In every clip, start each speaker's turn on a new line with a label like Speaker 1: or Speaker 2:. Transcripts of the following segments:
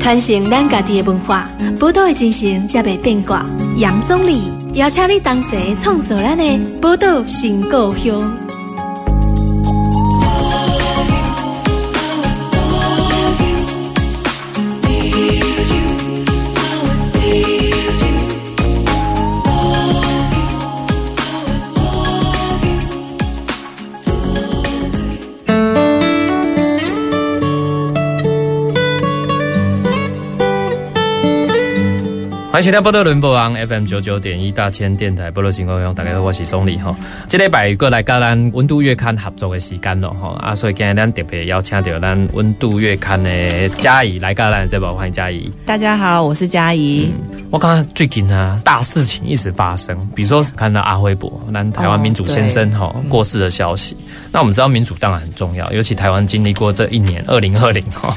Speaker 1: 传承咱家己的文化，宝岛的精神才袂变卦。杨总理邀请你同齐创造咱的宝岛新故乡。
Speaker 2: 欢迎收听波多伦播网 FM 九九点一大千电台波多情况用，大家好，我是钟礼吼。这礼拜过来跟咱温度月刊合作的时间咯吼，啊，所以今日咱特别邀请到咱温度月刊的嘉怡来跟咱这边欢迎嘉怡。嗯
Speaker 3: 大家好，我是佳怡。
Speaker 2: 我看到最近呢，大事情一直发生，比如说看到阿辉伯，咱台湾民主先生
Speaker 3: 哦
Speaker 2: 哈、过世的消息。那我们知道民主当然很重要，尤其台湾经历过这一年二零二零 哈，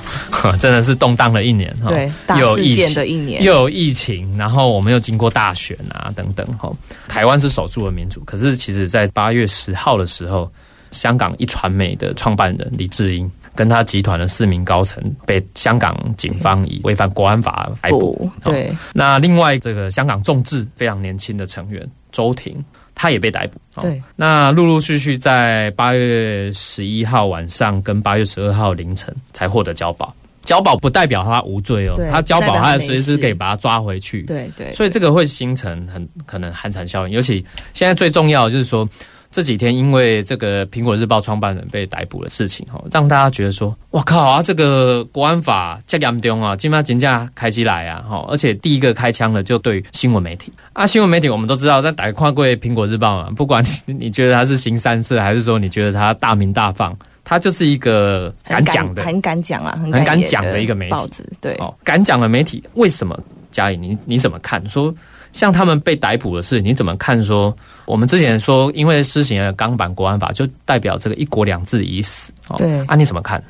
Speaker 2: 真的是动荡的一年哈，
Speaker 3: 对，大
Speaker 2: 又有
Speaker 3: 事
Speaker 2: 疫
Speaker 3: 件
Speaker 2: 情
Speaker 3: 的一年，
Speaker 2: 又有疫情，然后我们又经过大选啊等等哈。台湾是守住了民主，可是其实在八月十号的时候，香港一传媒的创办人李志英跟他集团的四名高层被香港警方以违反国安法逮捕。
Speaker 3: 不对，
Speaker 2: 那另外这个香港众志非常年轻的成员周婷，他也被逮捕。哦
Speaker 3: 对，
Speaker 2: 那陆陆续续在八月十一号晚上跟八月十二号凌晨才获得交保。交保不代表他无罪哦
Speaker 3: 对，
Speaker 2: 他交
Speaker 3: 不
Speaker 2: 保
Speaker 3: 代表他
Speaker 2: 他
Speaker 3: 没
Speaker 2: 随时可以
Speaker 3: 事
Speaker 2: 把他抓回去。
Speaker 3: 对对，
Speaker 2: 所以这个会形成很可能寒蝉效应。尤其现在最重要的就是说，这几天因为这个苹果日报创办人被逮捕的事情，哈，让大家觉得说，哇靠啊，这个国安法这严重啊，今嘛金价开起来啊，哈，而且第一个开枪的就对新闻媒体啊，新闻媒体我们都知道，但打跨过苹果日报嘛，不管你你觉得它是行善事，还是说你觉得它大鸣大放，它就是一个敢
Speaker 3: 很
Speaker 2: 讲的。
Speaker 3: 很敢讲啊，很
Speaker 2: 很敢
Speaker 3: 言
Speaker 2: 讲的一个媒体
Speaker 3: 报纸，对，
Speaker 2: 哦，敢讲的媒体为什么？嘉颖，你你怎么看？说像他们被逮捕的事，你怎么看说？我们之前说，因为施行了港版国安法，就代表这个一国两制已死。哦、
Speaker 3: 对
Speaker 2: 啊，你怎么看？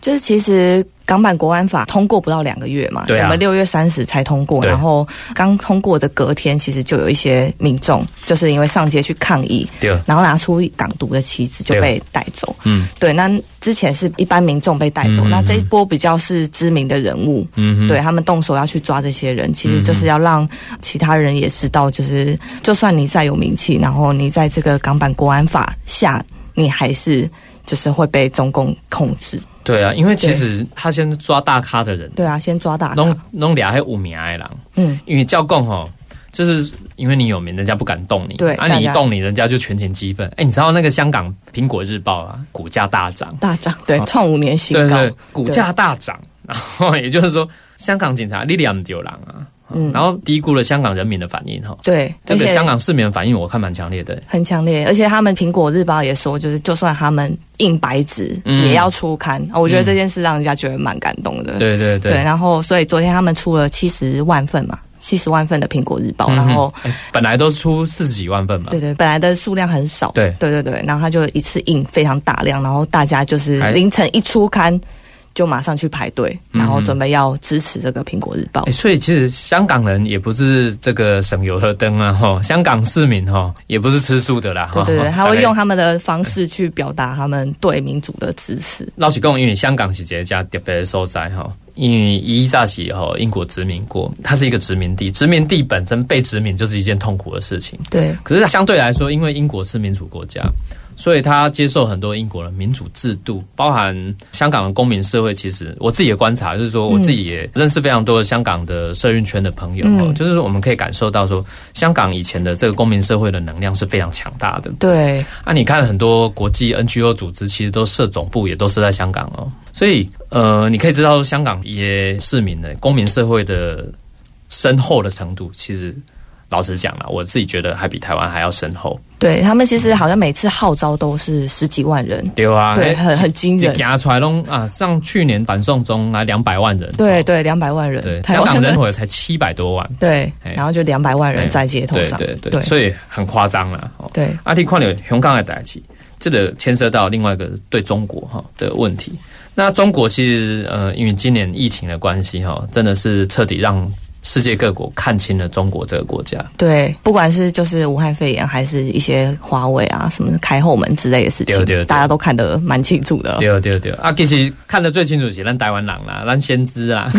Speaker 3: 就是其实港版国安法通过不到两个月嘛，
Speaker 2: 对啊
Speaker 3: 我们六月三十才通过，
Speaker 2: 对
Speaker 3: 然后刚通过的隔天，其实就有一些民众就是因为上街去抗议，
Speaker 2: 对，
Speaker 3: 然后拿出港独的旗子就
Speaker 2: 对
Speaker 3: 被带走。
Speaker 2: 嗯
Speaker 3: 对，那之前是一般民众被带走，
Speaker 2: 嗯
Speaker 3: 那这一波比较是知名的人物，
Speaker 2: 嗯哼嗯
Speaker 3: 对他们动手要去抓这些人，其实就是要让其他人也知道，就是就算你再有名气，然后你在这个港版国安法下，你还是就是会被中共控制。
Speaker 2: 对啊，因为其实他先抓大咖的人，
Speaker 3: 对啊，先抓大
Speaker 2: 弄
Speaker 3: 咖，
Speaker 2: 弄俩还五名的人，
Speaker 3: 嗯，
Speaker 2: 因为教共吼，就是因为你有名，人家不敢动你，
Speaker 3: 对
Speaker 2: 啊，
Speaker 3: 大家
Speaker 2: 你一动你，人家就群情激愤。哎，你知道那个香港苹果日报啊，股价大涨。
Speaker 3: 大涨，对，创五年新
Speaker 2: 对
Speaker 3: 高，
Speaker 2: 对，股价大涨，然后也就是说，香港警察力量丢狼啊，
Speaker 3: 嗯
Speaker 2: 然后低估了香港人民的反应哈。
Speaker 3: 对，
Speaker 2: 这个
Speaker 3: 而且
Speaker 2: 香港市民的反应，我看蛮强烈的。
Speaker 3: 很强烈，而且他们《苹果日报》也说，就是就算他们印白纸、
Speaker 2: 嗯
Speaker 3: 也要出刊、哦我觉得
Speaker 2: 嗯
Speaker 3: 这件事让人家觉得蛮感动的。
Speaker 2: 对对
Speaker 3: 对，然后所以昨天他们出了七十万份嘛，七十万份的《苹果日报》
Speaker 2: 嗯
Speaker 3: 然后
Speaker 2: 哎本来都出四十几万份嘛，
Speaker 3: 对对，本来的数量很少，
Speaker 2: 对
Speaker 3: 对对对，然后他就一次印非常大量，然后大家就是
Speaker 2: 哎
Speaker 3: 凌晨一出刊就马上去排队，
Speaker 2: 嗯
Speaker 3: 然后准备要支持这个《苹果日报
Speaker 2: 哎，》。所以其实香港人也不是这个省油的灯啊，哈，香港市民哈也不是吃素的啦，
Speaker 3: 对
Speaker 2: 哈
Speaker 3: 对对，他会。
Speaker 2: 大
Speaker 3: 用
Speaker 2: 概
Speaker 3: 他们的方式去表达他们对民主的支持。
Speaker 2: 老实讲，因为香港是一家特别的所在哈，因为伊扎西哈英国殖民过，它是一个殖民地，殖民地本身被殖民就是一件痛苦的事情。
Speaker 3: 对
Speaker 2: 可是相对来说，因为英国是民主国家，所以他接受很多英国的民主制度，包含香港的公民社会。其实我自己的观察就是说，我自己也认识非常多的香港的社运圈的朋友，
Speaker 3: 嗯
Speaker 2: 哦，就是我们可以感受到说，香港以前的这个公民社会的能量是非常强大的。
Speaker 3: 对，
Speaker 2: 啊，你看很多国际 NGO 组织其实都设总部也都是在香港哦，所以呃，你可以知道香港一些市民的公民社会的深厚的程度，其实老实讲啦，我自己觉得还比台湾还要深厚。
Speaker 3: 对他们其实好像每次号召都是十几万人，
Speaker 2: 对啊，
Speaker 3: 对，很很惊
Speaker 2: 这
Speaker 3: 人，
Speaker 2: 加出来拢啊，像去年反送中啊，两百万人，
Speaker 3: 对
Speaker 2: 哦
Speaker 3: 对，两百万人，
Speaker 2: 对，
Speaker 3: 台
Speaker 2: 香
Speaker 3: 湾
Speaker 2: 港 人口才七百多万，
Speaker 3: 对，
Speaker 2: 哎
Speaker 3: 然后就两百万人在街头
Speaker 2: 对
Speaker 3: 上，
Speaker 2: 对对，所以很夸张啦。哦
Speaker 3: 对
Speaker 2: 阿弟矿有熊刚的代起，这个牵涉到另外一个对中国哈的问题。那中国其实呃，因为今年疫情的关系哈，真的是彻底让世界各国看清了中国这个国家。
Speaker 3: 对，不管是就是武汉肺炎，还是一些华为啊什么开后门之类的事情，
Speaker 2: 对对对
Speaker 3: 大家都看得蛮清楚的。
Speaker 2: 对对对，啊，其实看得最清楚是咱台湾人啦，咱先知啦。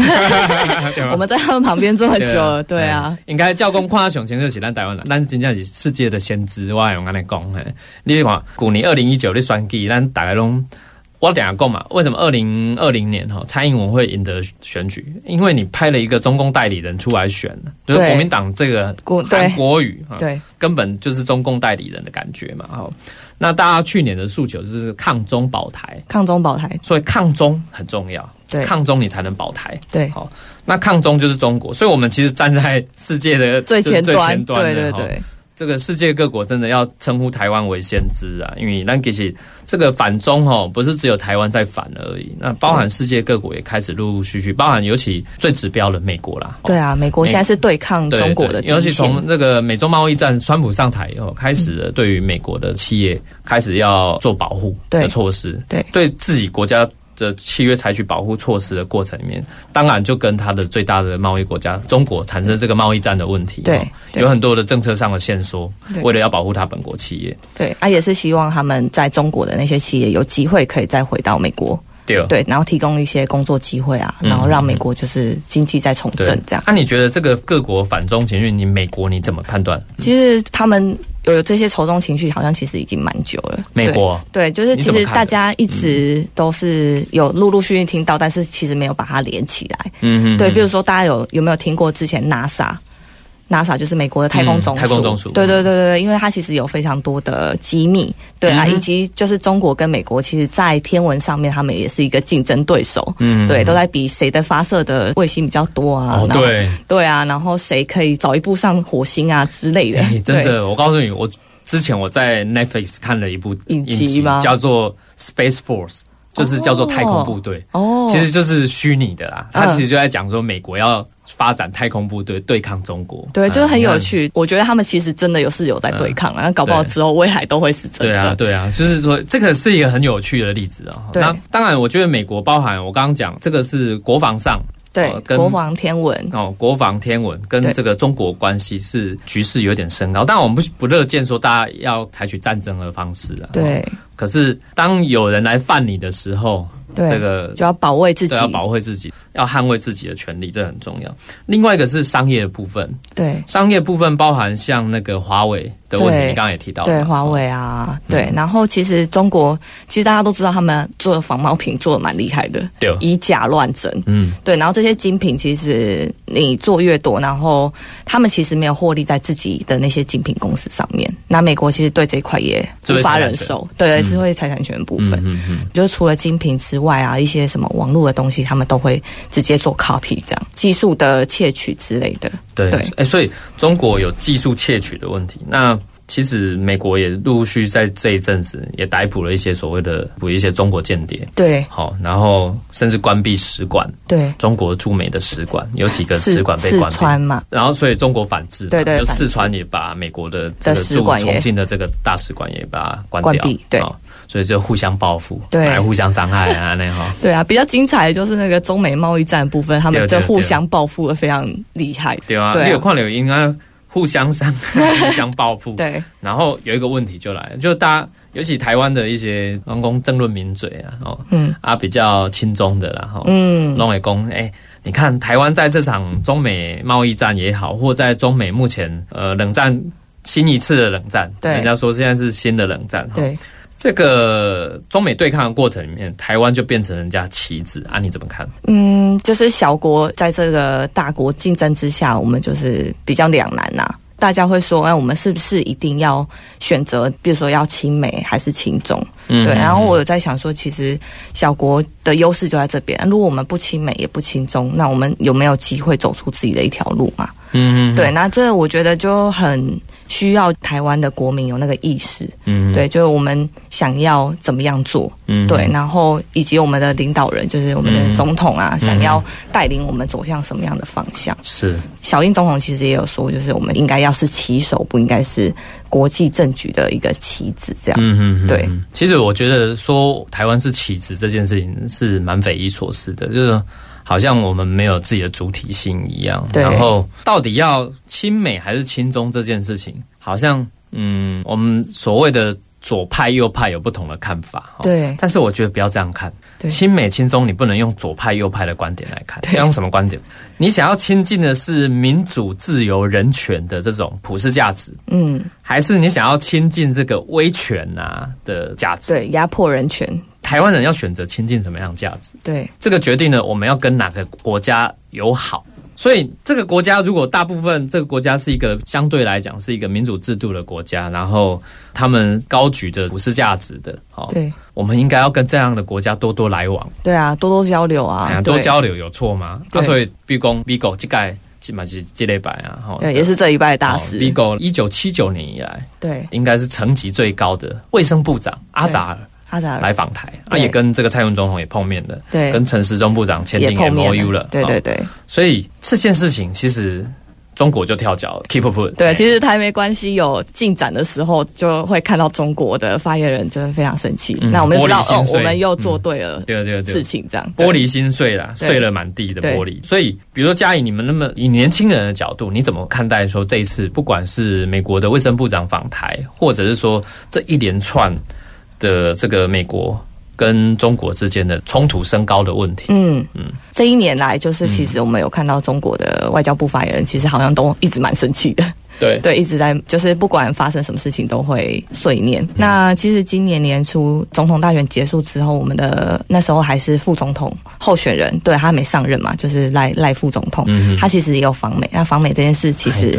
Speaker 2: 对吧
Speaker 3: 我们在他们旁边 这么久了，对啊，
Speaker 2: 嗯应该教工看到熊先就是咱台湾人，咱真正是世界的先知，我也用安尼讲嘿。你看，去年二零一九你选举，咱大概拢我等下讲嘛，为什么二零二零年哈蔡英文会赢得选举？因为你派了一个中共代理人出来选，就是
Speaker 3: 对
Speaker 2: 国民党这个
Speaker 3: 国
Speaker 2: 韩
Speaker 3: 对
Speaker 2: 国语啊，
Speaker 3: 对
Speaker 2: 根本就是中共代理人的感觉嘛。哈，那大家去年的诉求就是抗中保台，
Speaker 3: 抗中保台，
Speaker 2: 所以抗中很重要，
Speaker 3: 对
Speaker 2: 抗中你才能保台。
Speaker 3: 对
Speaker 2: 好，那抗中就是中国，所以我们其实站在世界 的
Speaker 3: 最
Speaker 2: 就是
Speaker 3: 前
Speaker 2: 最
Speaker 3: 端，
Speaker 2: 前端的
Speaker 3: 对对
Speaker 2: 哈
Speaker 3: 对，
Speaker 2: 这个世界各国真的要称呼台湾为先知啊，因为那其实这个反中哦，不是只有台湾在反而已，那包含世界各国也开始陆陆续续，包含尤其最指标的美国啦，哦
Speaker 3: 对啊，美国现在是对抗
Speaker 2: 对
Speaker 3: 中国的
Speaker 2: 对尤
Speaker 3: 底
Speaker 2: 其
Speaker 3: 线，
Speaker 2: 从这个美中贸易战，川普上台以后，开始了对于美国的企业开始要做保护的
Speaker 3: 对
Speaker 2: 措施，
Speaker 3: 对
Speaker 2: 对自己国家的契约采取保护措施的过程里面，当然就跟他的最大的贸易国家中国产生这个贸易战的问题，
Speaker 3: 对
Speaker 2: 哦
Speaker 3: 对
Speaker 2: 有很多的政策上的限缩，
Speaker 3: 对
Speaker 2: 为了要保护他本国企业，
Speaker 3: 对，啊，也是希望他们在中国的那些企业有机会可以再回到美国，
Speaker 2: 对哦
Speaker 3: 对，然后提供一些工作机会啊，
Speaker 2: 嗯
Speaker 3: 然后让美国就是经济再重
Speaker 2: 对
Speaker 3: 振这样。
Speaker 2: 那、你觉得这个各国反中情绪，你美国你怎么判断？
Speaker 3: 其实他们有这些仇中情绪，好像其实已经蛮久了。
Speaker 2: 美国
Speaker 3: 对，对，就是
Speaker 2: 你
Speaker 3: 其
Speaker 2: 怎么
Speaker 3: 实
Speaker 2: 看的嗯
Speaker 3: 大家一直都是有陆陆续续听到，但是其实没有把它连起来。
Speaker 2: 嗯嗯
Speaker 3: 对，比如说大家有有没有听过之前 NASA？NASA 就是美国的太空总
Speaker 2: 嗯
Speaker 3: 署，
Speaker 2: 太空总署
Speaker 3: 对对对对对，因为它其实有非常多的机密，对啊，
Speaker 2: 嗯哼
Speaker 3: 以及就是中国跟美国，其实，在天文上面，他们也是一个竞争对手，
Speaker 2: 嗯
Speaker 3: 对，都在比谁的发射的卫星比较多啊，
Speaker 2: 哦
Speaker 3: 然后
Speaker 2: 对。
Speaker 3: 对啊，然后谁可以早一步上火星啊之类的，
Speaker 2: 哎、真
Speaker 3: 对
Speaker 2: 的，我告诉你，我之前我在 Netflix 看了一部
Speaker 3: 影集
Speaker 2: 集
Speaker 3: 吗
Speaker 2: 叫做《Space Force》，就是叫做太空部队。
Speaker 3: 哦，
Speaker 2: 其实就是虚拟的啦，它
Speaker 3: 嗯
Speaker 2: 其实就在讲说美国要发展太空部队对抗中国，
Speaker 3: 对，
Speaker 2: 嗯
Speaker 3: 就是很有。趣。我觉得他们其实真的有是有在对抗啊，那、搞不好
Speaker 2: 对
Speaker 3: 之后未来都会是真的。
Speaker 2: 对啊，对啊，就是说这个是一个很有趣的例子啊、
Speaker 3: 对
Speaker 2: 那当然，我觉得美国包含我刚刚讲这个是国防上
Speaker 3: 对
Speaker 2: 哦跟
Speaker 3: 国防天文，
Speaker 2: 哦，国防天文跟
Speaker 3: 对
Speaker 2: 这个中国关系是局势有点升高，但我们不不乐见说大家要采取战争的方式啊。
Speaker 3: 对
Speaker 2: 可是当有人来犯你的时候，
Speaker 3: 对，
Speaker 2: 这个
Speaker 3: 就要保卫自己
Speaker 2: 都。要保卫自己，要捍卫自己的权利，这很重要。另外一个是商业的部分，
Speaker 3: 对
Speaker 2: 商业部分包含像那个华为的问题，
Speaker 3: 对
Speaker 2: 你刚刚也提到了嘛
Speaker 3: 对，华为啊，
Speaker 2: 嗯
Speaker 3: 对。然后其实中国，其实大家都知道他们做防猫品做的蛮厉害的，
Speaker 2: 对
Speaker 3: 以假乱真。
Speaker 2: 嗯，
Speaker 3: 对，然后这些精品其实你做越多，然后他们其实没有获利在自己的那些精品公司上面。那美国其实对这一块也
Speaker 2: 智
Speaker 3: 无
Speaker 2: 慧
Speaker 3: 法
Speaker 2: 财产
Speaker 3: 忍
Speaker 2: 权
Speaker 3: 受，对，智慧财产权部分。
Speaker 2: 嗯嗯嗯，
Speaker 3: 就是除了精品之外啊，一些什么网络的东西，他们都会直接做 copy 这样技术的窃取之类的。
Speaker 2: 对，
Speaker 3: 对
Speaker 2: 哎、所以中国有技术窃取的问题，那。其实美国也陆续在这一阵子也逮捕了一些所谓的捕一些中国间谍，
Speaker 3: 对
Speaker 2: 好，然后甚至关闭使馆，
Speaker 3: 对，
Speaker 2: 中国驻美的使馆有几个使
Speaker 3: 四
Speaker 2: 馆被
Speaker 3: 四
Speaker 2: 关闭，
Speaker 3: 川嘛，
Speaker 2: 然后，所以中国反制嘛，
Speaker 3: 对对
Speaker 2: 就
Speaker 3: 反制
Speaker 2: 四川也把美国的这个
Speaker 3: 的使
Speaker 2: 驻
Speaker 3: 馆也
Speaker 2: 重庆的这个大使馆也把它关
Speaker 3: 关
Speaker 2: 掉，
Speaker 3: 闭对
Speaker 2: 哦所以就互相报复，
Speaker 3: 对
Speaker 2: 还互相伤害啊那哈，
Speaker 3: 对啊，比较精彩的就是那个中美贸易战的部分，他
Speaker 2: 对啊
Speaker 3: 们
Speaker 2: 对
Speaker 3: 就
Speaker 2: 对
Speaker 3: 互相报复的非常厉害。
Speaker 2: 对啊，
Speaker 3: 对啊
Speaker 2: 你有矿柳应该互相伤害、互相报复，
Speaker 3: 对
Speaker 2: 然后有一个问题就来了，就大家尤其台湾的一些王公争论名嘴啊，哦，
Speaker 3: 嗯
Speaker 2: 啊比较轻中的啦，哈、
Speaker 3: 嗯，
Speaker 2: 弄伟公，哎、你看台湾在这场中美贸易战也好，或在中美目前呃冷战新一次的冷战，
Speaker 3: 对
Speaker 2: 人家说现在是新的冷战，哈，哦
Speaker 3: 对
Speaker 2: 这个中美对抗的过程里面，台湾就变成人家棋子啊，你怎么看？
Speaker 3: 嗯，就是小国在这个大国竞争之下，我们就是比较两难呐、大家会说，哎、我们是不是一定要选择，比如说要亲美还是亲中？
Speaker 2: 嗯
Speaker 3: 对，然后我有在想说，其实小国的优势就在这边。如果我们不亲美也不亲中，那我们有没有机会走出自己的一条路嘛？
Speaker 2: 嗯，
Speaker 3: 对，那这我觉得就很需要台湾的国民有那个意识，
Speaker 2: 嗯，
Speaker 3: 对，就是我们想要怎么样做，
Speaker 2: 嗯
Speaker 3: 对，，然后以及我们的领导人，就是我们
Speaker 2: 嗯
Speaker 3: 的总统啊，想要带领我们走向什么样的方向。
Speaker 2: 是，
Speaker 3: 小英总统其实也有说，就是我们应该要是棋手，不应该是国际政局的一个棋子这样。
Speaker 2: 嗯嗯，
Speaker 3: 对
Speaker 2: 嗯。其实我觉得说台湾是棋子这件事情是蛮匪夷所思的，就是。好像我们没有自己的主体性一样。
Speaker 3: 对
Speaker 2: 然后到底要亲美还是亲中这件事情，好像嗯，我们所谓的左派右派有不同的看法。哦
Speaker 3: 对
Speaker 2: 但是我觉得不要这样看，
Speaker 3: 对
Speaker 2: 亲美亲中，你不能用左派右派的观点来看，
Speaker 3: 对
Speaker 2: 要用什么观点？你想要亲近的是民主、自由、人权的这种普世价值，
Speaker 3: 嗯，
Speaker 2: 还是你想要亲近这个威权啊的价值？
Speaker 3: 对，压迫人权，
Speaker 2: 台湾人要选择亲近什么样的价值？
Speaker 3: 对
Speaker 2: 这个决定了我们要跟哪个国家友好。所以，这个国家如果大部分这个国家是一个相对来讲是一个民主制度的国家，然后他们高举着普世价值的，哦，
Speaker 3: 对
Speaker 2: 我们应该要跟这样的国家多多来往，
Speaker 3: 对啊，多多交流
Speaker 2: 哎
Speaker 3: 啊
Speaker 2: 呀，多
Speaker 3: 对，
Speaker 2: 交流有错吗？啊，
Speaker 3: 对
Speaker 2: 所以毕公毕狗这盖基本是这类版啊，哈
Speaker 3: 对，也是这一拜的大事，
Speaker 2: 毕狗一九七九年以来，
Speaker 3: 对，
Speaker 2: 应该是层级最高的卫生部长阿扎尔
Speaker 3: 阿扎
Speaker 2: 来
Speaker 3: 尔，
Speaker 2: 访台，他、
Speaker 3: 啊对
Speaker 2: 也跟这个蔡英文总统也碰面的，
Speaker 3: 对，
Speaker 2: 跟陈时中部长签
Speaker 3: 也
Speaker 2: 订
Speaker 3: 碰面
Speaker 2: MOU 了，
Speaker 3: 对对
Speaker 2: 哦
Speaker 3: 对
Speaker 2: 所以这件事情其实中国就跳脚了，keep up，
Speaker 3: 对，其
Speaker 2: 实
Speaker 3: 实台美关系有进展的时候，就会看到中国的发言人真的非常生气，
Speaker 2: 嗯
Speaker 3: 那我们就知道
Speaker 2: 玻璃心
Speaker 3: 哦，
Speaker 2: 碎嗯
Speaker 3: 我们又做对了
Speaker 2: 对对对
Speaker 3: 事，情，这样
Speaker 2: 玻璃心碎啦，
Speaker 3: 对
Speaker 2: 碎了满地的
Speaker 3: 对
Speaker 2: 玻璃。所以，比如说嘉颖，你们那么以年轻人的角度，你怎么看待说这一次不管是美国的卫生部长访台，或者是说这一连串的这个美国跟中国之间的冲突升高的问题？
Speaker 3: 嗯嗯，这一年来，就是其实我们有看到中国的外交部发言人，其实好像都一直蛮生气的，
Speaker 2: 对
Speaker 3: 对，一直在就是不管发生什么事情都会碎念。
Speaker 2: 嗯
Speaker 3: 那其实今年年初总统大选结束之后，我们的那时候还是副总统候选人，对他没上任嘛，就是赖赖副总统，
Speaker 2: 嗯哼
Speaker 3: 他其实也有访美。那访美这件事其
Speaker 2: 哎
Speaker 3: 实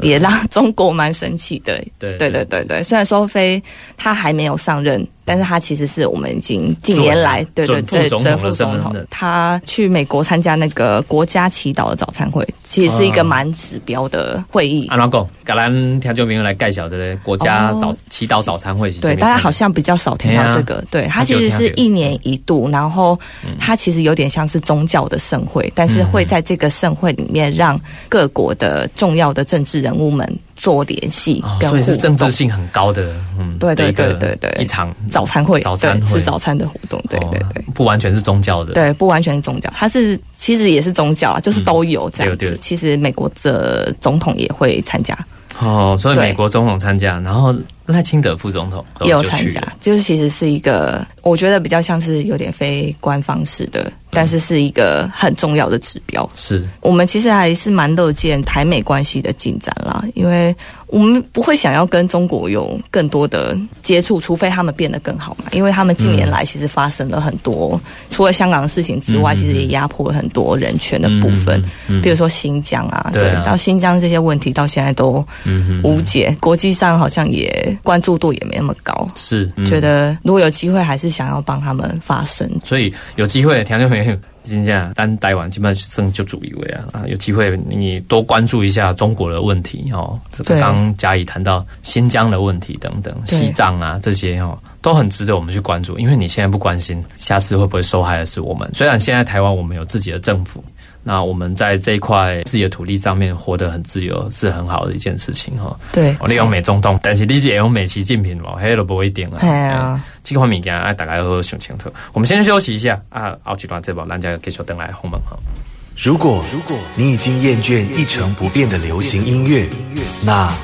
Speaker 2: 对
Speaker 3: 也让中国蛮生气的。
Speaker 2: 对
Speaker 3: 对对对对，虽然说非他还没有上任，但是他其实是我们已经近年来对对
Speaker 2: 准准副总
Speaker 3: 对
Speaker 2: 统
Speaker 3: 准
Speaker 2: 的
Speaker 3: 副总
Speaker 2: 身份
Speaker 3: 统
Speaker 2: 的，
Speaker 3: 他去美国参加那个国家祈祷的早餐会，其实是一个
Speaker 2: 啊
Speaker 3: 蛮指标的会议。
Speaker 2: 安老公，甲咱听众朋友来介绍这个国家早、祈祷早餐会是什么
Speaker 3: 哦
Speaker 2: 样的，
Speaker 3: 对，大家好像比较少听到
Speaker 2: 哎呀
Speaker 3: 这个。对，它
Speaker 2: 它只
Speaker 3: 其
Speaker 2: 有
Speaker 3: 实是
Speaker 2: 听到这个嗯
Speaker 3: 一年一度，然后它其实有点像是宗教的盛会，但是会在这个盛会里面让各国的重要的政治人物们做联系
Speaker 2: 哦，
Speaker 3: 跟
Speaker 2: 所以是
Speaker 3: 互
Speaker 2: 政
Speaker 3: 动
Speaker 2: 治。性很高的，嗯，
Speaker 3: 对
Speaker 2: 的
Speaker 3: 对
Speaker 2: 一个
Speaker 3: 对对对
Speaker 2: 一场
Speaker 3: 早餐会，
Speaker 2: 早餐
Speaker 3: 对
Speaker 2: 会
Speaker 3: 吃早餐的活动，对对对
Speaker 2: 哦。不完全是宗教的，，
Speaker 3: 对，不完全是宗教，它是其实也是宗教啊，就是都有这样
Speaker 2: 对
Speaker 3: 子。
Speaker 2: 对
Speaker 3: 其实美国的总统也会参加，
Speaker 2: 哦，所以
Speaker 3: 对
Speaker 2: 美国总统参加，然后赖清德副总统
Speaker 3: 也有
Speaker 2: 哦就
Speaker 3: 参
Speaker 2: 去
Speaker 3: 加
Speaker 2: 了，
Speaker 3: 就是其实是一个，我觉得比较像是有点非官方式的，但是是一个很重要的指标。
Speaker 2: 是
Speaker 3: 我们其实还是蛮乐见台美关系的进展啦，因为我们不会想要跟中国有更多的接触，除非他们变得更好嘛。因为他们近年来其实发生了很多，除了香港的事情之
Speaker 2: 嗯嗯嗯
Speaker 3: 外，
Speaker 2: 嗯
Speaker 3: 其实也压迫了很多人权的部分，，
Speaker 2: 嗯
Speaker 3: 比如，说新疆啊，
Speaker 2: 对啊
Speaker 3: 到新疆这些问题到现在都
Speaker 2: 嗯嗯嗯
Speaker 3: 无解，国际上好像也关注度也没那么高。
Speaker 2: 是嗯
Speaker 3: 觉得如果有机会，还是想要帮他们发声。
Speaker 2: 所以有机会，听众朋友，真正咱台湾基本上剩就主一位啊啊！有机会你多关注一下中国的问题哦。这个
Speaker 3: 对
Speaker 2: 刚刚嘉怡谈到新疆的问题等等，
Speaker 3: 对
Speaker 2: 西藏啊这些哦，都很值得我们去关注。因为你现在不关心，下次会不会受害的是我们？虽然现在台湾我们有自己的政府。那我们在这一块自己的土地上面活得很自由，是很好的一件事情哈。
Speaker 3: 对，
Speaker 2: 哦，你用美中东，但是你是用美习近平嘛，黑都不会定啊。
Speaker 3: 哎呀，
Speaker 2: 这款物件啊，大家要好好想清楚。我们先休息一下啊，后一段这部咱再继续等来访问哈。
Speaker 4: 如果你已经厌倦一成不变的流行音乐，那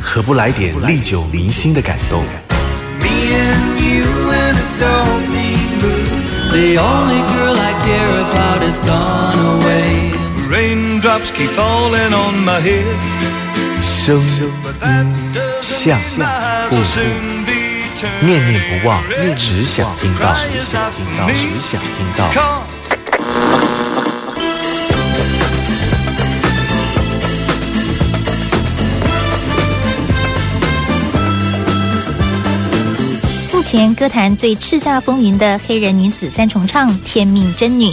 Speaker 4: 何不来点历久弥新的感动？
Speaker 5: Me and you and a doggy moon. The only girl I care about is gone away. Raindrops keep falling on my head,
Speaker 4: 声
Speaker 5: but that doesn't
Speaker 4: Xiang.
Speaker 5: mean my eyes will soon be turned
Speaker 4: 念念不忘，只想听到，
Speaker 5: Cry is not for me.
Speaker 4: 只想听到。
Speaker 5: Come.
Speaker 6: 目前歌坛最叱咤风云的黑人女子三重唱天命真女，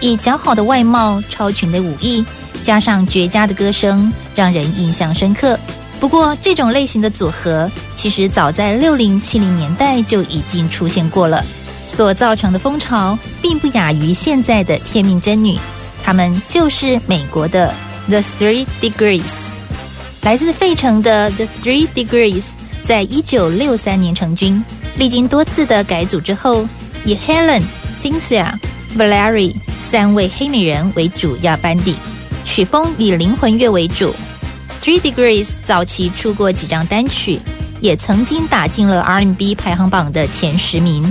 Speaker 6: 以姣好的外貌、超群的武艺，加上绝佳的歌声，让人印象深刻。不过，这种类型的组合其实早在六零七零年代就已经出现过了，所造成的风潮并不亚于现在的天命真女，她们就是美国的 The Three Degrees。来自费城的 The Three Degrees 在一九六三年成军，历经多次的改组之后，以 Helen、Cynthia、 Valeri 三位黑美人为主要班底，曲风以灵魂乐为主。Three Degrees 早期出过几张单曲，也曾经打进了 R&B 排行榜的前十名，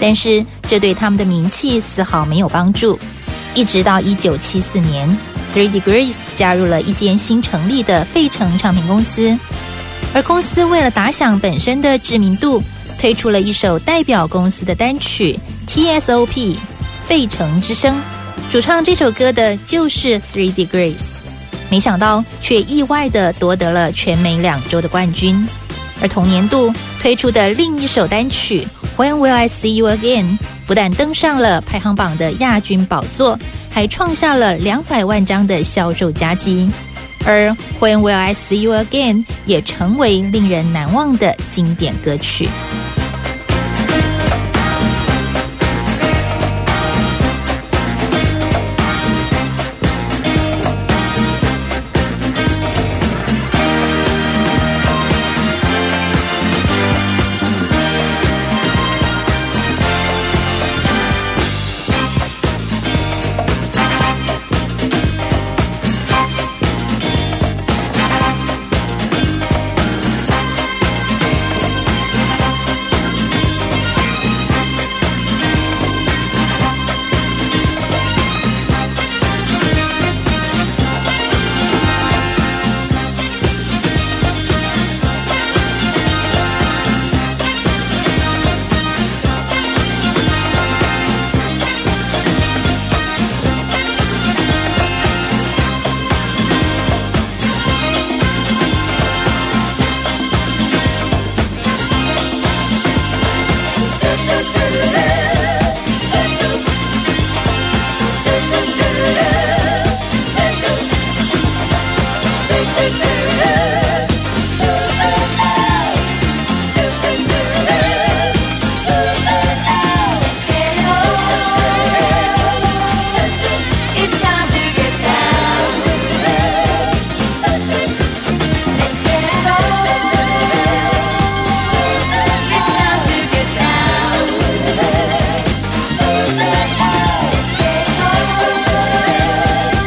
Speaker 6: 但是这对他们的名气丝毫没有帮助。一直到一九七四年，Three Degrees 加入了一间新成立的费城唱片公司，而公司为了打响本身的知名度，推出了一首代表公司的单曲《T.S.O.P. 费城之声》，主唱这首歌的就是 Three Degrees，没想到却意外的夺得了全美两周的冠军。而同年度推出的另一首单曲《When Will I See You Again》不但登上了排行榜的亚军宝座，还创下了两百万张的销售佳绩。而《When Will I See You Again》也成为令人难忘的经典歌曲。
Speaker 7: It's time to get down. Let's get it on. It's time to get down. Let's get it on.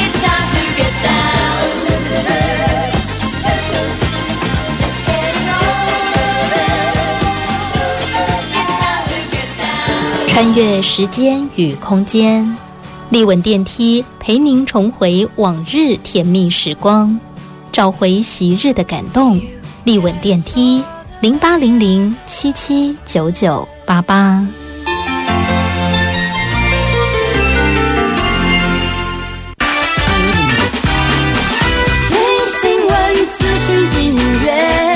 Speaker 7: It's time to get down. Let's get it on. It's time to get down.
Speaker 6: 穿越时间与空间，立稳电梯陪您重回往日甜蜜时光，找回昔日的感动。立稳电梯零八零零七七九九八八。
Speaker 7: 听新闻，资讯音乐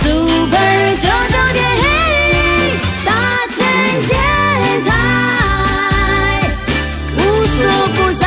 Speaker 7: ，Super 九九点一，大千电台，无所不在。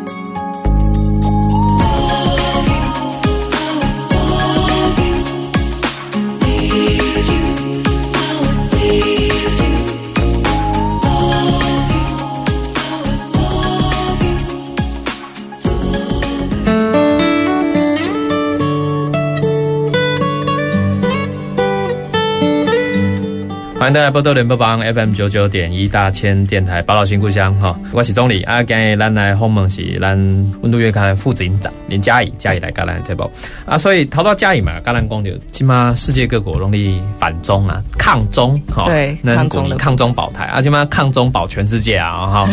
Speaker 2: 欢迎大家波多连播帮 FM 九九点一大千电台八老新故乡哈、我是钟理啊，今日咱来访问是咱温度月刊副执行长林嘉怡，嘉怡来甲咱这部啊，所以逃到嘉怡嘛，甲咱讲着，起码世界各国拢咧反中啊，抗中哈，
Speaker 3: 对
Speaker 2: 咱
Speaker 3: 抗中
Speaker 2: 鼓励
Speaker 3: 的
Speaker 2: 抗中保台啊，起码抗中保全世界 啊哈，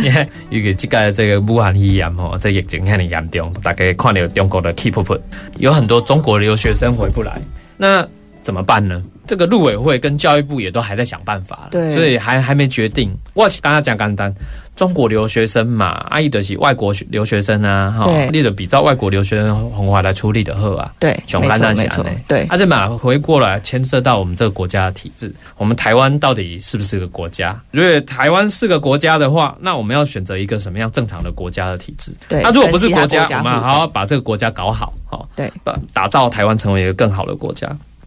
Speaker 2: 因为因为这个这个武汉肺炎吼，这疫情很严重，大家看到中国的 keep up，有很多中国留学生回不来，那怎么办呢？这个陆委会跟教育部也都还在想办法了，
Speaker 3: 对
Speaker 2: 所以还还没决定。我是刚刚讲简单，中国留学生嘛，阿姨的是外国学留学生啊，哈
Speaker 3: 对，
Speaker 2: 你的比照外国留学生红华来处理的好啊，
Speaker 3: 对，
Speaker 2: 熊
Speaker 3: 没
Speaker 2: 干
Speaker 3: 错
Speaker 2: 蛋
Speaker 3: 没
Speaker 2: 侠
Speaker 3: 错
Speaker 2: 呢，
Speaker 3: 对
Speaker 2: 啊，这嘛回过来牵涉到我们这个国家的体制，我们台湾到底是不是个国家？如果台湾是个国家的话，那我们要选择一个什么样正常的国家的体制？
Speaker 3: 对
Speaker 2: 那如果不是国
Speaker 3: 跟其他国家
Speaker 2: 我们
Speaker 3: 互动
Speaker 2: 好好把这个国家搞好，好，
Speaker 3: 对，
Speaker 2: 把打造台湾成为一个更好的国家。